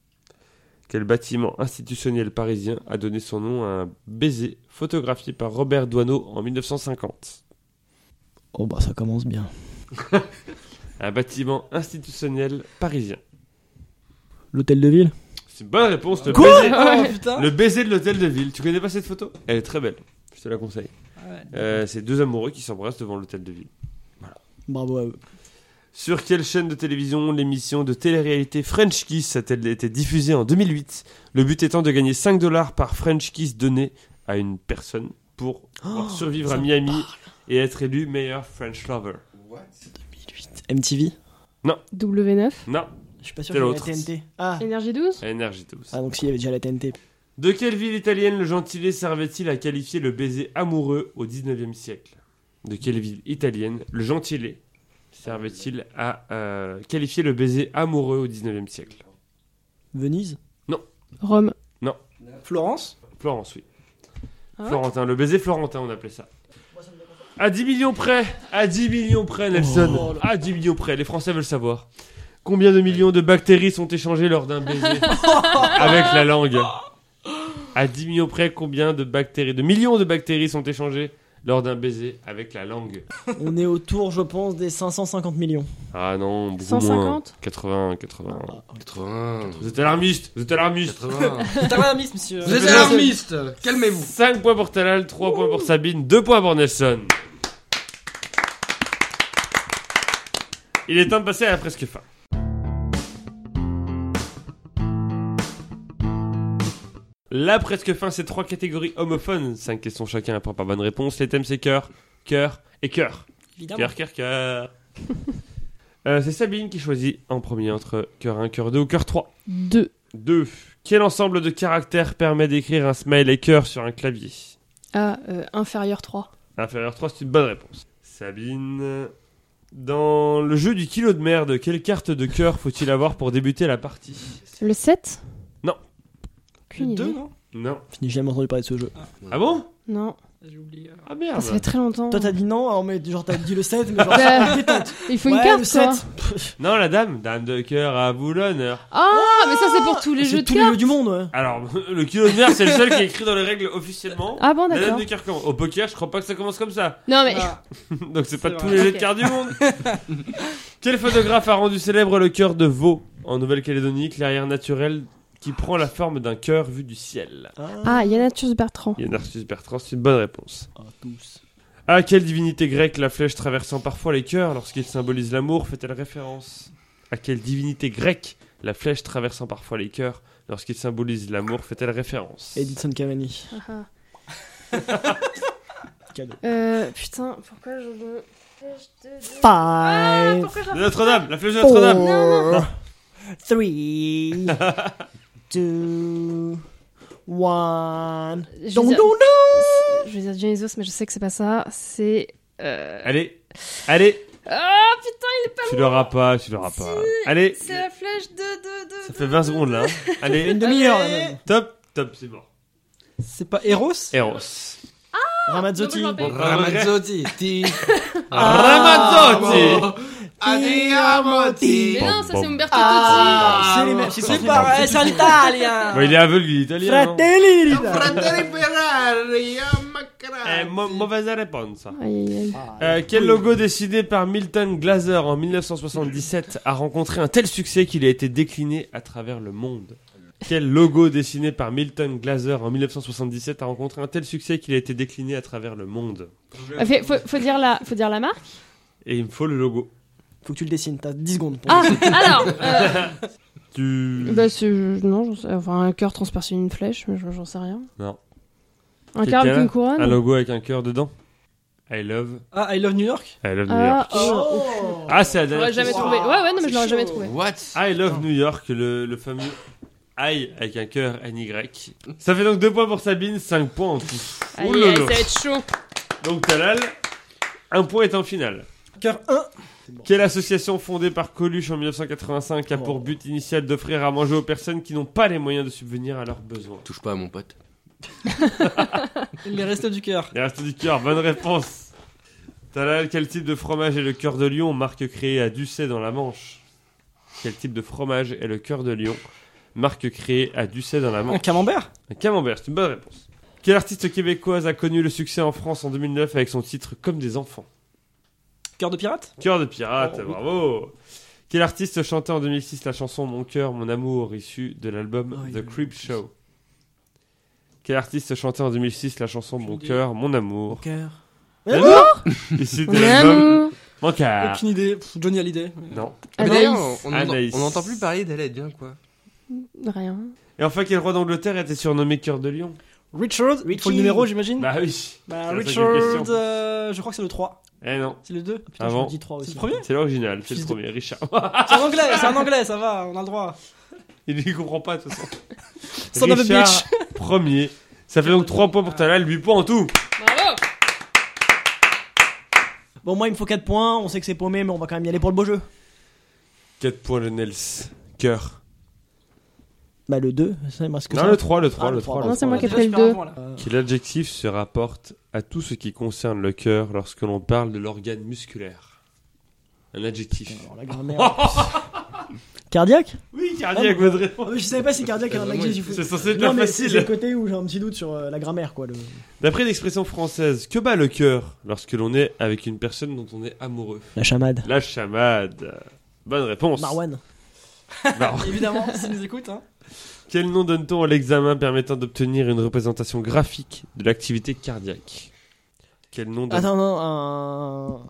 Quel bâtiment institutionnel parisien a donné son nom à un baiser photographié par Robert Doisneau en 1950
Oh bah ça commence bien.
Un bâtiment institutionnel parisien.
L'hôtel de ville.
C'est une bonne réponse, le
Quoi
baiser.
Ah, putain.
Le baiser de l'hôtel de ville. Tu connais pas cette photo Elle est très belle. Je te la conseille.
Ouais.
Euh, c'est deux amoureux qui s'embrassent devant l'hôtel de ville.
Bravo à eux.
Sur quelle chaîne de télévision l'émission de télé-réalité French Kiss a-t-elle été diffusée en 2008 Le but étant de gagner 5 dollars par French Kiss donné à une personne pour pouvoir survivre à Miami et être élu meilleur French Lover.
2008. MTV.
W9.
Non,
Je suis pas
Quel
sûr qu'il y ait la
autre
TNT. Ah.
Énergie 12.
énergie douce.
Ah donc s'il y avait déjà la TNT.
De quelle ville italienne le gentilé servait-il à qualifier le baiser amoureux au 19e siècle De quelle ville italienne le gentilé servait-il à euh, qualifier le baiser amoureux au 19e siècle
Venise.
Rome.
Florence
Florence, oui.
Ah ouais
Florentin, le baiser Florentin, on appelait ça. À 10 millions près, à 10 millions près, Nelson.
Oh
à 10 millions près, les Français veulent savoir. Combien de millions de bactéries sont échangées lors d'un baiser avec la langue À 10 millions près, combien de bactéries, de millions de bactéries sont échangées lors d'un baiser avec la langue
On est autour, je pense, des 550 millions.
Ah non, beaucoup
150
moins. 80, 80.
80.
Vous êtes alarmiste, vous êtes alarmiste.
80.
T'as un alarmiste, monsieur.
Vous êtes alarmiste Calmez-vous
5 points pour Talal, 3 points pour Sabine, 2 points pour Nelson. Il est temps de passer à la presque fin. La presque fin, c'est trois catégories homophones. 5 questions chacun, un point par bonne réponse. Les thèmes, c'est cœur, cœur et cœur.
Évidemment.
Cœur, cœur, cœur. Euh, c'est Sabine qui choisit en premier entre cœur 1, cœur 2 ou cœur 3.
2.
2. Quel ensemble de caractères permet d'écrire un smiley cœur sur un clavier
Ah, euh, inférieur 3.
Inférieur 3, c'est une bonne réponse. Sabine. Dans le jeu du kilo de merde, quelle carte de cœur faut-il avoir pour débuter la partie
Le 7
Non.
Aucune idée.
Deux, non
Non.
Je n'ai jamais entendu parler de ce jeu.
Ah bon
Non.
J'ai oublié. euh.
Ah
Ah,
merde.
ça fait très longtemps.
Toi t'as dit non, alors mais genre t'as dit le 7, mais genre.
Euh,
Détente.
Il faut une
Ouais,
carte,
le
quoi.
7.
Non, la dame, dame de cœur à vous l'honneur.
Ah, mais ça, c'est pour tous les
C'est
jeux de
tous les
cartes.
jeux du monde, ouais.
Alors, le kilo de merde, c'est le seul qui est écrit dans les règles officiellement.
Ah bon,
La dame
d'accord.
de cœur comment Au poker, je crois pas que ça commence comme ça.
Non, mais.
Ah,
Donc c'est pas
C'est
tous
vrai.
les jeux de
Ok.
cartes du monde. Quel photographe a rendu célèbre le cœur de veau en Nouvelle-Calédonie, clairière naturelle qui prend la forme d'un cœur vu du ciel
Ah, Yana Turz Bertrand.
Il y a Narcisse Bertrand, c'est une bonne réponse.
Ah, tous.
À Ah, quelle divinité grecque la flèche traversant parfois les cœurs lorsqu'il symbolise l'amour fait-elle référence À quelle divinité grecque la flèche traversant parfois les cœurs lorsqu'il symbolise l'amour fait-elle référence
Edison Cavani.
Ah,
Cadeau.
ah. Euh, putain, pourquoi je me. Pourquoi
Five.
je
De Notre-Dame, la flèche
Ah, Oh.
de Notre-Dame
Three. Two. One.
Je
Don,
veux dire-
don, don.
Je vais dire Dionysos, mais je sais que c'est pas ça. C'est. euh,
Allez, allez,
Ah putain,
tu l'auras pas, tu l'auras pas. Allez,
c'est la flèche de. de, de
ça fait 20 secondes là. hein. Allez,
Une demi-heure, là, même.
Top, top, c'est bon.
C'est pas Eros
Eros.
Ah, Ramazzotti.
non, mais je m'en
Ramazzotti ti-
Ah.
Ah.
Ramazzotti
Adriamotti
Mais non, ça c'est Umberto
Ah.
C'est les mêmes.
C'est
C'est pas
pareil, c'est un italien
Bah, Il est aveugle, il est
hein.
italien. hein. non
Fratelli d'Italia.
Fratelli Ferrari a Macra-
Eh, mau- mauvaise réponse. ça.
Totti. Aïe, aïe, aïe.
Euh, quel logo décidé par Milton Glaser en 1977 a rencontré un tel succès qu'il a été décliné à travers le monde Quel logo dessiné par Milton Glaser en 1977 a rencontré un tel succès qu'il a été décliné à travers le monde
Ah, fait- faut, faut dire la, faut dire la marque.
Et il me faut le logo.
Faut que tu le dessines, t'as 10 secondes pour.
Ah, alors. euh,
Tu...
bah c'est, je- non, j'en sais- enfin un cœur transpercé d'une flèche, mais j'en j'en sais rien.
Non.
Un
Quelqu'un
cœur avec
a
une couronne.
Un logo avec un cœur dedans I love.
Ah, I Love New York
I love New
Ah,
York.
oh,
Ah, c'est la dernière
j'aurais jamais
question.
trouvé. Ouais, ouais, non, mais je l'aurais
C'est
jamais
chaud.
trouvé.
What
I love New York, le, le fameux I avec un cœur NY. Ça fait donc 2 points pour Sabine, 5 points en tout.
Aïe,
Ouh là
aïe, ça
là.
va être chaud.
Donc Talal, un point est en finale.
Cœur 1
Quelle association fondée par Coluche en 1985 a pour but initial d'offrir à manger aux personnes qui n'ont pas les moyens de subvenir à leurs besoins
Touche pas à mon pote.
Les Restos du Cœur.
Les restes du cœur, bonne réponse. Talal, quel type de fromage est le cœur de lion, marque créée à Ducé dans la Manche Quel type de fromage est le cœur de lion, marque créée à Ducé dans la Manche
Un camembert
Un camembert, c'est une bonne réponse. Quelle artiste québécoise a connu le succès en France en 2009 avec son titre Comme des enfants
Cœur de pirate
Cœur de pirate,
Oh, oui.
bravo Quel artiste chantait en 2006 la chanson Mon cœur, mon amour, issue de l'album
Oh, il
The
est
Creep Show Quel artiste chantait en 2006 la chanson Mon
dis-
cœur, mon amour,
Cœur.
issue de
On est
l'album
amoureux.
Mon cœur
Aucune idée. Pff, Johnny Hallyday.
Non.
Ah, mais
Anaïs.
d'ailleurs, on- on entend-
Anaïs.
on n'entend plus parler d'elle, elle est bien quoi.
Rien.
Et enfin, quel roi d'Angleterre était surnommé Cœur de Lion
Richard, pour
Richie.
le numéro, j'imagine
Bah oui
Bah,
c'est la
Richard,
cinquième question.
euh, je crois que c'est le 3.
Eh non,
C'est le 2
Putain,
Avant.
je me dis 3 aussi.
C'est le premier
c'est l'original, c'est le
Fils de-
premier, Richard.
C'est un anglais, c'est un anglais, ça va, on a le droit.
Il ne comprend pas, de toute façon.
Son of a
Richard,
bitch.
premier. Ça fait donc 3 points pour Talal, 8 points en tout.
Bravo.
Bon, moi, il me faut 4 points. On sait que c'est paumé, mais on va quand même y aller pour le beau jeu.
4 points le Nels. Cœur.
Bah, le 2, ça, il me reste que
Non,
ça.
le 3, le 3,
Ah,
le
le
3.
trois.
le
Non, c'est
trois.
moi qui ai
Déjà,
fait le
super
2.
avant, là.
Euh,
Quel adjectif se rapporte à tout ce qui concerne le cœur lorsque l'on parle de l'organe musculaire Un adjectif.
Euh, alors, la grand-mère. Cardiaque
Oui, cardiaque, votre
Ah,
réponse.
mais Je savais pas si cardiaque
Euh,
un
oui,
C'est censé être
Non,
la
mais c'est le
facile.
côté où j'ai un petit doute sur euh, la grammaire, quoi. Le...
D'après l'expression française, que bat le cœur lorsque l'on est avec une personne dont on est amoureux
La chamade.
La chamade. Bonne réponse.
Marwan.
Marwan.
Évidemment, s'ils nous écoutent, hein.
Quel nom donne-t-on à l'examen permettant d'obtenir une représentation graphique de l'activité cardiaque Quel nom donne
Attends, non, un.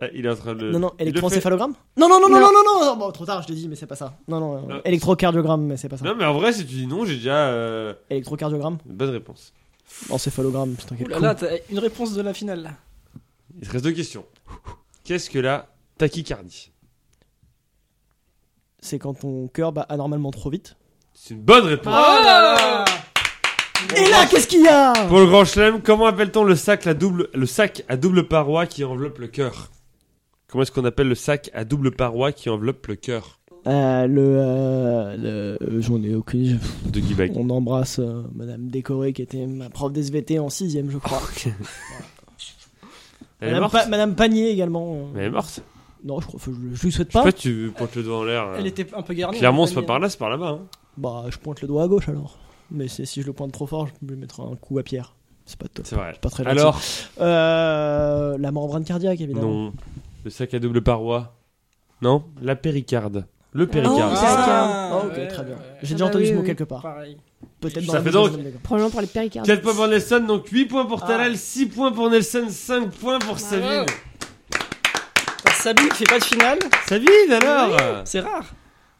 Ah, Il est en train de. le-
Non, non,
il le fait.
électroencéphalogramme Non, non, non, non,
Non.
non, non, non, non, bon, trop tard, je l'ai dit, mais c'est pas ça. Non, non, euh,
Non.
électrocardiogramme, mais c'est pas ça.
Non, mais en vrai, si tu dis non, j'ai déjà euh,
Électrocardiogramme
une bonne réponse.
Encéphalogramme, putain,
Ouh
quel
là
con.
là, t'as une réponse de la finale. là.
Il te reste deux questions. Qu'est-ce que la tachycardie
C'est quand ton cœur bat anormalement trop vite.
C'est une bonne réponse.
Oh là là
Oh.
Et là, qu'est-ce qu'il y a
Pour le grand chelem, comment appelle-t-on le sac, la double, le sac à double paroi qui enveloppe le cœur Comment est-ce qu'on appelle le sac à double paroi qui enveloppe le cœur
Euh, le. euh, le- euh, J'en ai aucune. idée.
de Guy Bag
On embrasse euh, Madame Décoré qui était ma prof d'SVT en 6 je crois.
Elle est
Madame,
morte
Pa- Madame Panier également.
Mais Elle est morte.
Non, je, crois, je, je lui souhaite
Je sais
pas.
pas, tu pointes le doigt en l'air. euh.
Elle était un peu garnie.
Clairement, c'est pas par là, c'est par là-bas. hein.
Bah, je pointe le doigt à gauche alors. Mais c'est- si je le pointe trop fort, je lui mettrai un coup à pierre. C'est pas top.
C'est vrai.
C'est pas très gentil.
Alors,
Euh, la membrane cardiaque, évidemment.
non. Le sac à double paroi. Non, la péricarde.
Oh,
Le péricarde.
Ah,
Ah, ok,
ouais,
très bien.
ouais.
J'ai
Ah
déjà
bah
entendu
oui,
ce mot
oui.
quelque part.
Pareil.
Peut-être dans
Ça
la
fait
bouche
donc-
de Madame Décoré.
Probablement pour les péricardes.
4 points pour Nelson, donc 8 points pour
Ah.
Talal, 6 points pour Nelson, 5 points pour
Bravo.
Sabine.
T'as Sabine qui fait pas de finale,
Sabine alors
c'est rare.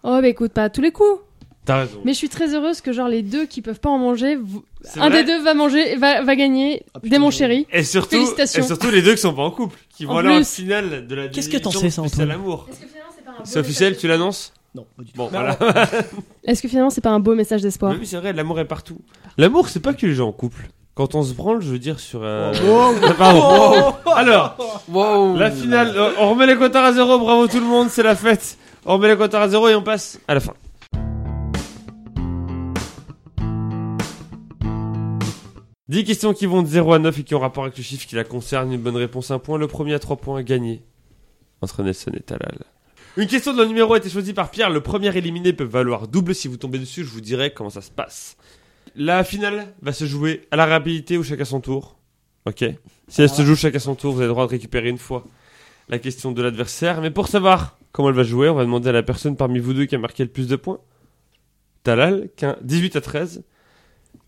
Oh, bah écoute, pas à tous les coups.
T'as raison.
Mais je suis très heureuse que, genre, les deux qui peuvent pas en manger, vous-
C'est
un
vrai.
des deux va manger, va, va gagner
Ah, putain,
dès mon
je-
chéri.
Et surtout,
Félicitations.
et surtout les deux qui sont pas en couple, qui
En
vont aller en
plus.
finale de la
Qu'est-ce que t'en
télévision
sais, ça,
spéciale
Antoine
amour.
Est-ce que finalement c'est pas un
C'est officiel, tu l'annonces
Non, pas du tout.
Bon,
Mais
voilà.
Est-ce que finalement c'est pas un beau message d'espoir
Mais oui, c'est vrai, l'amour est partout. L'amour, c'est pas que les gens en couple. Quand on se branle, je veux dire sur. euh, Pardon. Alors,
Wow
La finale, euh, on remet les quotas à zéro, bravo tout le monde, c'est la fête. On remet les quotas à zéro et on passe à la fin. Dix questions qui vont de 0 à 9 et qui ont rapport avec le chiffre qui la concerne. Une bonne réponse, un point. Le premier à 3 points gagné entre Nelson et Talal. Une question dont le numéro a été choisi par Pierre. Le premier éliminé peut valoir double. Si vous tombez dessus, je vous dirai comment ça se passe. La finale va se jouer à la rapidité ou chacun son tour. Ok. Si elle se joue chacun son tour, vous avez le droit de récupérer une fois la question de l'adversaire. Mais pour savoir comment elle va jouer, on va demander à la personne parmi vous deux qui a marqué le plus de points. Talal, 15 18 à 13.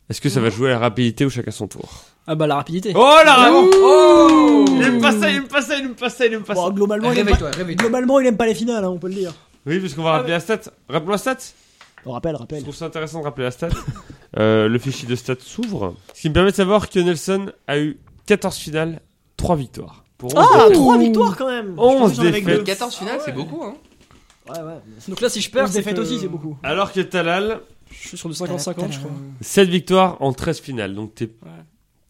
Est-ce que ça va jouer à la rapidité ou chacun son tour
Ah bah la rapidité.
Oh là
Bravo. Oh
Il aime pas ça, il aime pas ça, il aime pas ça, il aime pas ça.
Bon, globalement, il aime pas...
Réveille-toi, réveille-toi.
globalement, il aime pas les finales, hein, on peut le dire.
Oui, parce qu'on va rappeler la stat. Rappelons la stat.
On rappelle,
Je
rappelle.
trouve ça intéressant de rappeler la stat. Euh, le fichier de stats s'ouvre. Ce qui me permet de savoir que Nelson a eu 14 finales, 3 victoires. Pour onze
Ah,
défaites.
3 victoires quand même Je
Onze
pensais qu'il y en avait que
défaites.
deux.
14 finales,
Ah ouais.
c'est beaucoup, hein.
Ouais, ouais.
Donc là, si je perds,
Perte
c'est euh,
des fêtes
que-
aussi, c'est beaucoup.
Alors que Talal,
Je suis sur du 50-50, je crois.
7 victoires en 13 finales. Donc t'es-
Ouais.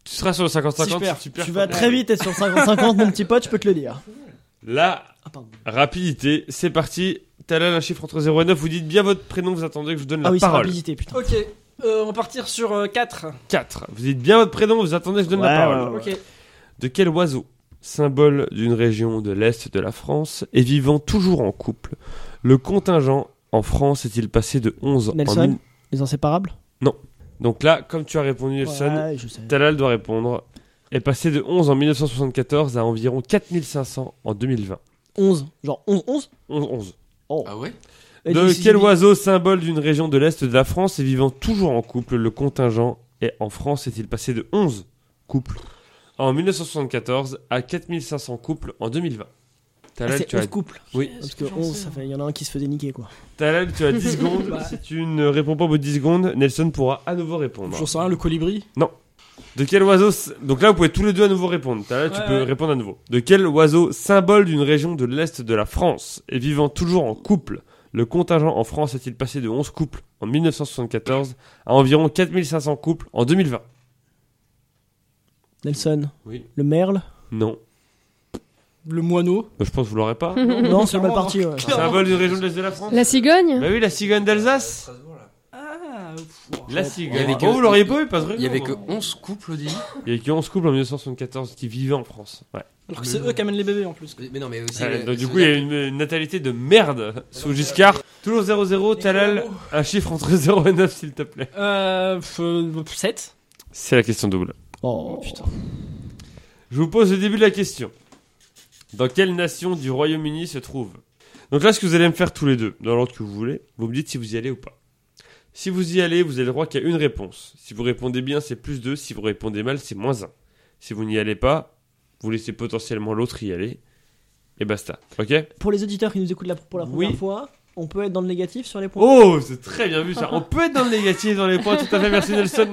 tu seras sur le 50-50.
Si je perds,
si tu perds
Tu vas
contre-
très vite être sur 50-50, mon petit pote, je peux te le dire.
La
Ah, pardon.
rapidité, c'est parti. Talal, un chiffre entre 0 et 9. Vous dites bien votre prénom, vous attendez que je vous donne la
Ah oui, c'est
parole.
rapidité, putain.
Ok, euh, on va partir sur 4.
4. Ah, Vous dites bien votre prénom, vous attendez que je donne
Ouais,
la parole.
ouais, ouais.
Ok.
De quel oiseau, symbole d'une région de l'Est de la France et vivant toujours en couple, le contingent en France est-il passé de 11 en...
Nelson
mille-
Les inséparables
Donc là, comme tu as répondu Nelson,
Ouais, je sais.
Talal doit répondre. Est passé de 11 en 1974 à environ 4500 en 2020.
11, genre 11, 11
11, 11.
Ah ouais
Et
De
les six
quel
mille-
oiseau, symbole d'une région de l'Est de la France et vivant toujours en couple, le contingent est en France est-il passé de 11 couples en 1974 à 4500 couples en 2020
Ah,
Talal,
C'est
tu, as...
11 couples.
oui.
Parce que 11, ça fait- il y en a un qui se faisait niquer quoi.
Talal, tu as 10 secondes.
Bah.
Si tu ne réponds pas au bout de 10 secondes, Nelson pourra à nouveau répondre.
J'en sais rien, le colibri.
De quel oiseau s- Donc là, vous pouvez tous les deux à nouveau répondre. T'as Là, tu
Ouais,
peux
ouais.
répondre à nouveau. De quel oiseau, symbole d'une région de l'Est de la France et vivant toujours en couple, le contingent en France est-il passé de 11 couples en 1974 à environ 4500 couples en 2020
Nelson,
Oui.
le merle
Non.
Le moineau.
Bah, je pense que vous l'aurez pas.
Non, c'est mal
clairement,
parti. ouais.
symbole d'une région de l'Est de la France
La cigogne
Bah oui, la cigogne d'Alsace
Ah, ouf.
La
Il y
cigogne.
avait que-
Oh, vous l'auriez pas eu, pas
Il y avait que 11 couples au début.
Il y avait que 11 couples en 1974 qui vivaient en France. Ouais.
Alors que c'est eux qui amènent les bébés en plus.
Mais non, mais aussi.
Euh,
euh,
donc, du
ça
coup,
veut
il y a
dire
une, une natalité de merde sous Giscard. Toujours 0-0, Talal, un chiffre entre 0 et 9, s'il te plaît.
Euh, 7.
C'est la question double.
Oh putain.
Je vous pose le début de la question. Dans quelle nation du Royaume-Uni se trouve Donc là, ce que vous allez me faire tous les deux, dans l'ordre que vous voulez, vous me dites si vous y allez ou pas. Si vous y allez, vous avez le droit qu'à une réponse. Si vous répondez bien, c'est plus 2. Si vous répondez mal, c'est moins 1. Si vous n'y allez pas, vous laissez potentiellement l'autre y aller. Et basta. Ok
Pour les auditeurs qui nous écoutent la- pour la première
Oui.
fois, on peut être dans le négatif sur les points.
Oh, c'est très bien vu ça. On peut être dans le négatif, dans les points. Tout à fait, merci Nelson.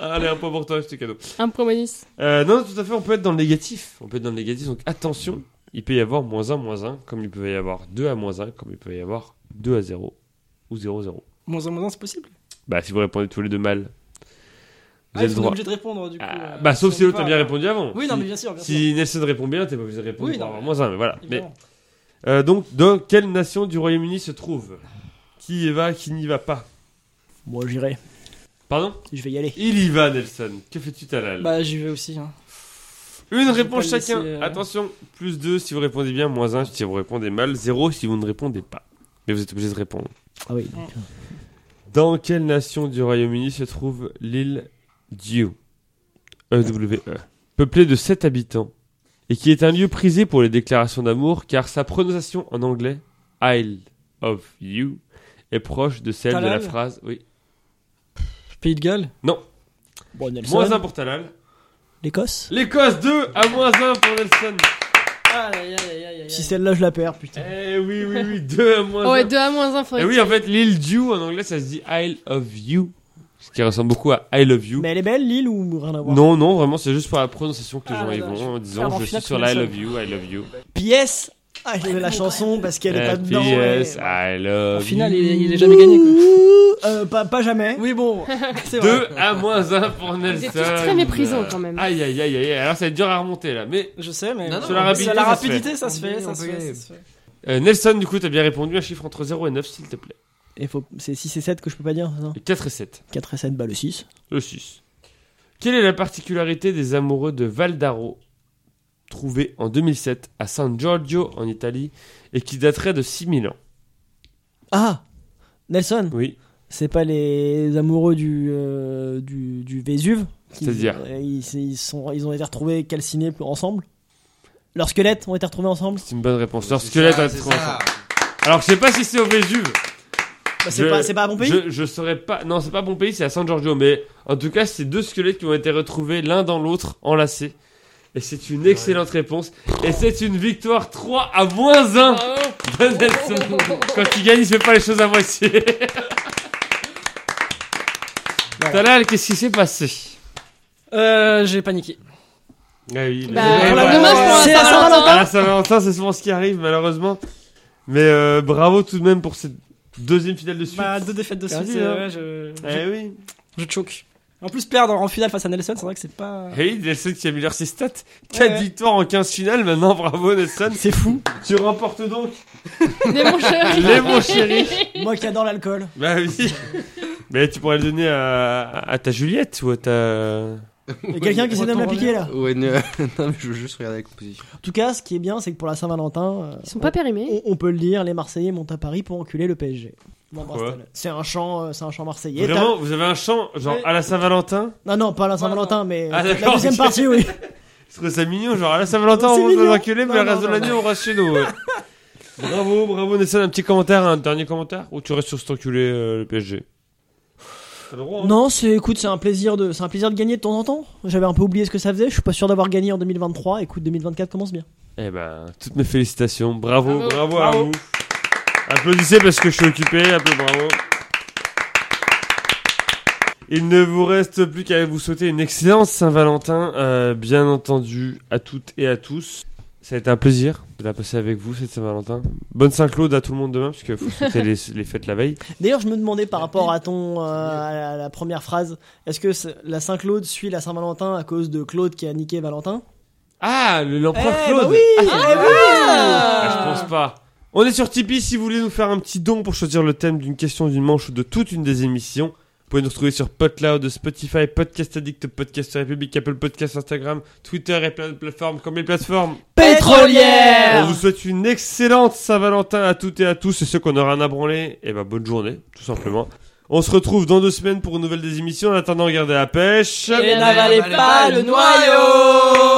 Allez, un point pour toi, c'est cadeau.
Un point bonus.
Euh, non, tout à fait, on peut être dans le négatif. On peut être dans le négatif, donc attention, il peut y avoir moins 1, moins 1, comme il peut y avoir 2 à moins 1, comme il peut y avoir 2 à 0 ou 0 0.
Moins un, moins un, c'est possible.
Bah, si vous répondez tous les deux mal, vous
Ah, ils
avez le
sont
droit.
obligés de répondre du coup.
Ah,
euh,
bah, sauf si
ils
l'autre
sont
a bien
pas-
répondu avant.
Oui, non,
Si-
mais bien sûr, bien sûr.
Si Nelson répond bien, t'es pas obligé de répondre
Oui,
pour
non,
avoir moins 1, mais voilà. Mais,
Évidemment.
euh, donc, dans quelle nation du Royaume-Uni se trouve Qui y va, qui n'y va pas
Moi j'irai,
Pardon
je vais y aller.
Il y va, Nelson. Que fais-tu, Talal
Bah, j'y vais aussi. hein.
Une
Je
réponse
vais pas le
chacun.
laisser, euh,
Attention, plus 2 si vous répondez bien, moins 1 si vous répondez mal, 0 si vous ne répondez pas. Mais vous êtes obligé de répondre.
Ah oui, donc,
Dans quelle nation du Royaume-Uni se trouve l'île Diu EWE. E. Peuplée de 7 habitants et qui est un lieu prisé pour les déclarations d'amour car sa prononciation en anglais Isle of You est proche de celle de la
Talal
phrase. Oui.
Pays de Galles
bon, Nelson,
Moins 1 pour Talal.
l'Écosse.
L'Écosse 2 à moins 1 pour Nelson.
Si celle-là je la perds, putain.
Eh oui, oui, oui, 2 à moins 1.
Oh, ouais, 2 à moins 1,
Et
faudrait
Eh oui, en fait, l'île Dew en anglais ça se dit Isle of You, ce qui ressemble beaucoup à I love you.
Mais elle est belle l'île ou rien à voir
Non, non, vraiment, c'est juste pour la prononciation que les
Ah,
gens y
d'accord,
vont en
Ah,
disant
bon,
je suis
Fnac
sur la I
Nelson.
love you, I love you.
P.S. Ah, j'ai la chanson parce qu'elle
Eh,
est pas dedans. ouais.
PS, I love
Au final,
you.
il, il est jamais gagné quoi.
Euh, pas, pas jamais.
Oui, bon, c'est vrai.
2 à moins 1 pour Nelson.
êtes tous très
euh,
méprisants, quand même.
Aïe, aïe, aïe, aïe, alors ça va être dur à remonter là. Mais
Je sais, mais.
Non, non,
sur
mais
la rapidité,
ça
la
se fait.
rapidité, ça se fait.
On
Ça
peut
se
y
fait,
aller.
ça se fait.
euh, Nelson, du coup, t'as bien répondu, un chiffre entre 0 et 9, s'il te plaît.
Et faut... C'est 6 et 7 que je peux pas dire, c'est ça
4 et 7.
4 et 7, bah le 6.
Le 6. Quelle est la particularité des amoureux de Valdaro, trouvés en 2007 à San Giorgio en Italie et qui daterait de 6000 ans
Ah Nelson,
Oui.
c'est pas les amoureux du, euh, du, du Vésuve qui-
C'est-à-dire
euh, ils, ils sont, ils ont été retrouvés calcinés ensemble Leurs squelettes ont été retrouvés ensemble
C'est une bonne réponse. Leur
C'est
squelette
ça,
a
c'est
été
ça.
trouvé ensemble. Alors je sais pas si c'est au Vésuve.
bah, C'est
Je-
pas, c'est pas à bon pays
Je, je saurais pas. Non, c'est pas bon pays, c'est à San Giorgio. Mais en tout cas, c'est deux squelettes qui ont été retrouvés l'un dans l'autre, enlacés. Et c'est une excellente réponse. Et c'est une victoire 3 à moins 1 de Nelson. Quand il gagne, il fait pas les choses à moitié. Talal, qu'est-ce qui s'est passé
Euh, j'ai paniqué.
Ah oui,
Bah,
mais- mais
pour la-
voilà.
dommage pour la
C'est la
Saint-Valentin.
Ah, la Saint-Valentin, c'est souvent ce qui arrive, malheureusement. Mais euh, bravo tout de même pour cette deuxième finale de suite.
Bah, deux défaites de
Vas-y,
suite,
hein.
euh, ouais, je, je-
eh oui.
je choque. En plus, perdre en finale face à Nelson, c'est vrai que c'est pas.
Hey, Eh Nelson qui améliore ses stats. 4
ouais.
victoires en 15 finales maintenant, bravo Nelson. C'est fou. Tu remportes donc
Les mon chéri.
les mon chéri.
Moi qui adore l'alcool.
Bah oui. Mais tu pourrais le donner à, à ta Juliette ou à ta.
Il y a quelqu'un qui
on
s'est
va
même
t'en
l'appliquer là.
Ouais, ne- non, mais je veux juste regarder la composition.
En tout cas, ce qui est bien, c'est que pour la Saint-Valentin, euh,
Ils sont pas périmés.
on, on peut le dire, les Marseillais montent à Paris pour enculer le PSG. On embrasse
Pourquoi
Tal. bah, C'est un chant, euh, c'est un chant marseillais.
Vraiment, vous avez un chant, genre
Mais-
à la Saint-Valentin
T'as- Non, non, pas la Saint-Valentin, mais
Ah,
la
d'accord,
deuxième
ok.
partie, oui.
Je trouve ça mignon, genre à la Saint-Valentin
C'est
on va
mignon.
enculer, mais
Non,
le reste
non,
de l'année on reste chez nous. ouais. bravo, bravo Nelson, un petit commentaire, un dernier commentaire Ou tu restes sur cet enculé, euh, le PSG T'as le droit, hein.
Non, c'est, écoute, c'est un plaisir de, c'est un plaisir de gagner de temps en temps. J'avais un peu oublié ce que ça faisait. Je suis pas sûr d'avoir gagné en 2023. Écoute, 2024 commence bien.
Eh ben, toutes mes félicitations. Bravo, bravo,
Bravo.
à vous. Applaudissez parce que je suis occupé. Un peu bravo. Il ne vous reste plus qu'à vous souhaiter une excellente Saint-Valentin, euh, bien entendu, à toutes et à tous. Ça a été un plaisir de la passer avec vous cette Saint-Valentin. Bonne Saint-Claude à tout le monde demain, parce qu'il faut souhaiter les, les fêtes la veille.
D'ailleurs, je me demandais par rapport à ton, euh, à la- à la première phrase, est-ce que c'est- la Saint-Claude suit la Saint-Valentin à cause de Claude qui a niqué Valentin?
Ah, le- l'empereur Claude
bah oui! eh oui
Ah, je pense pas. On est sur Tipeee si vous voulez nous faire un petit don pour choisir le thème d'une question, d'une manche ou de toute une des émissions. Vous pouvez nous retrouver sur PodCloud, Spotify, Podcast Addict, Podcast République, Apple Podcast, Instagram, Twitter et plein de plateformes comme les plateformes. On
Euh.
Pétrolière
vous souhaite une excellente Saint-Valentin à toutes et à tous et ceux qu'on aura un à branler. Et bah bonne journée, tout simplement. On se retrouve dans deux semaines pour une nouvelle des émissions. En attendant, regardez la pêche.
Et n'avalez pas le noyau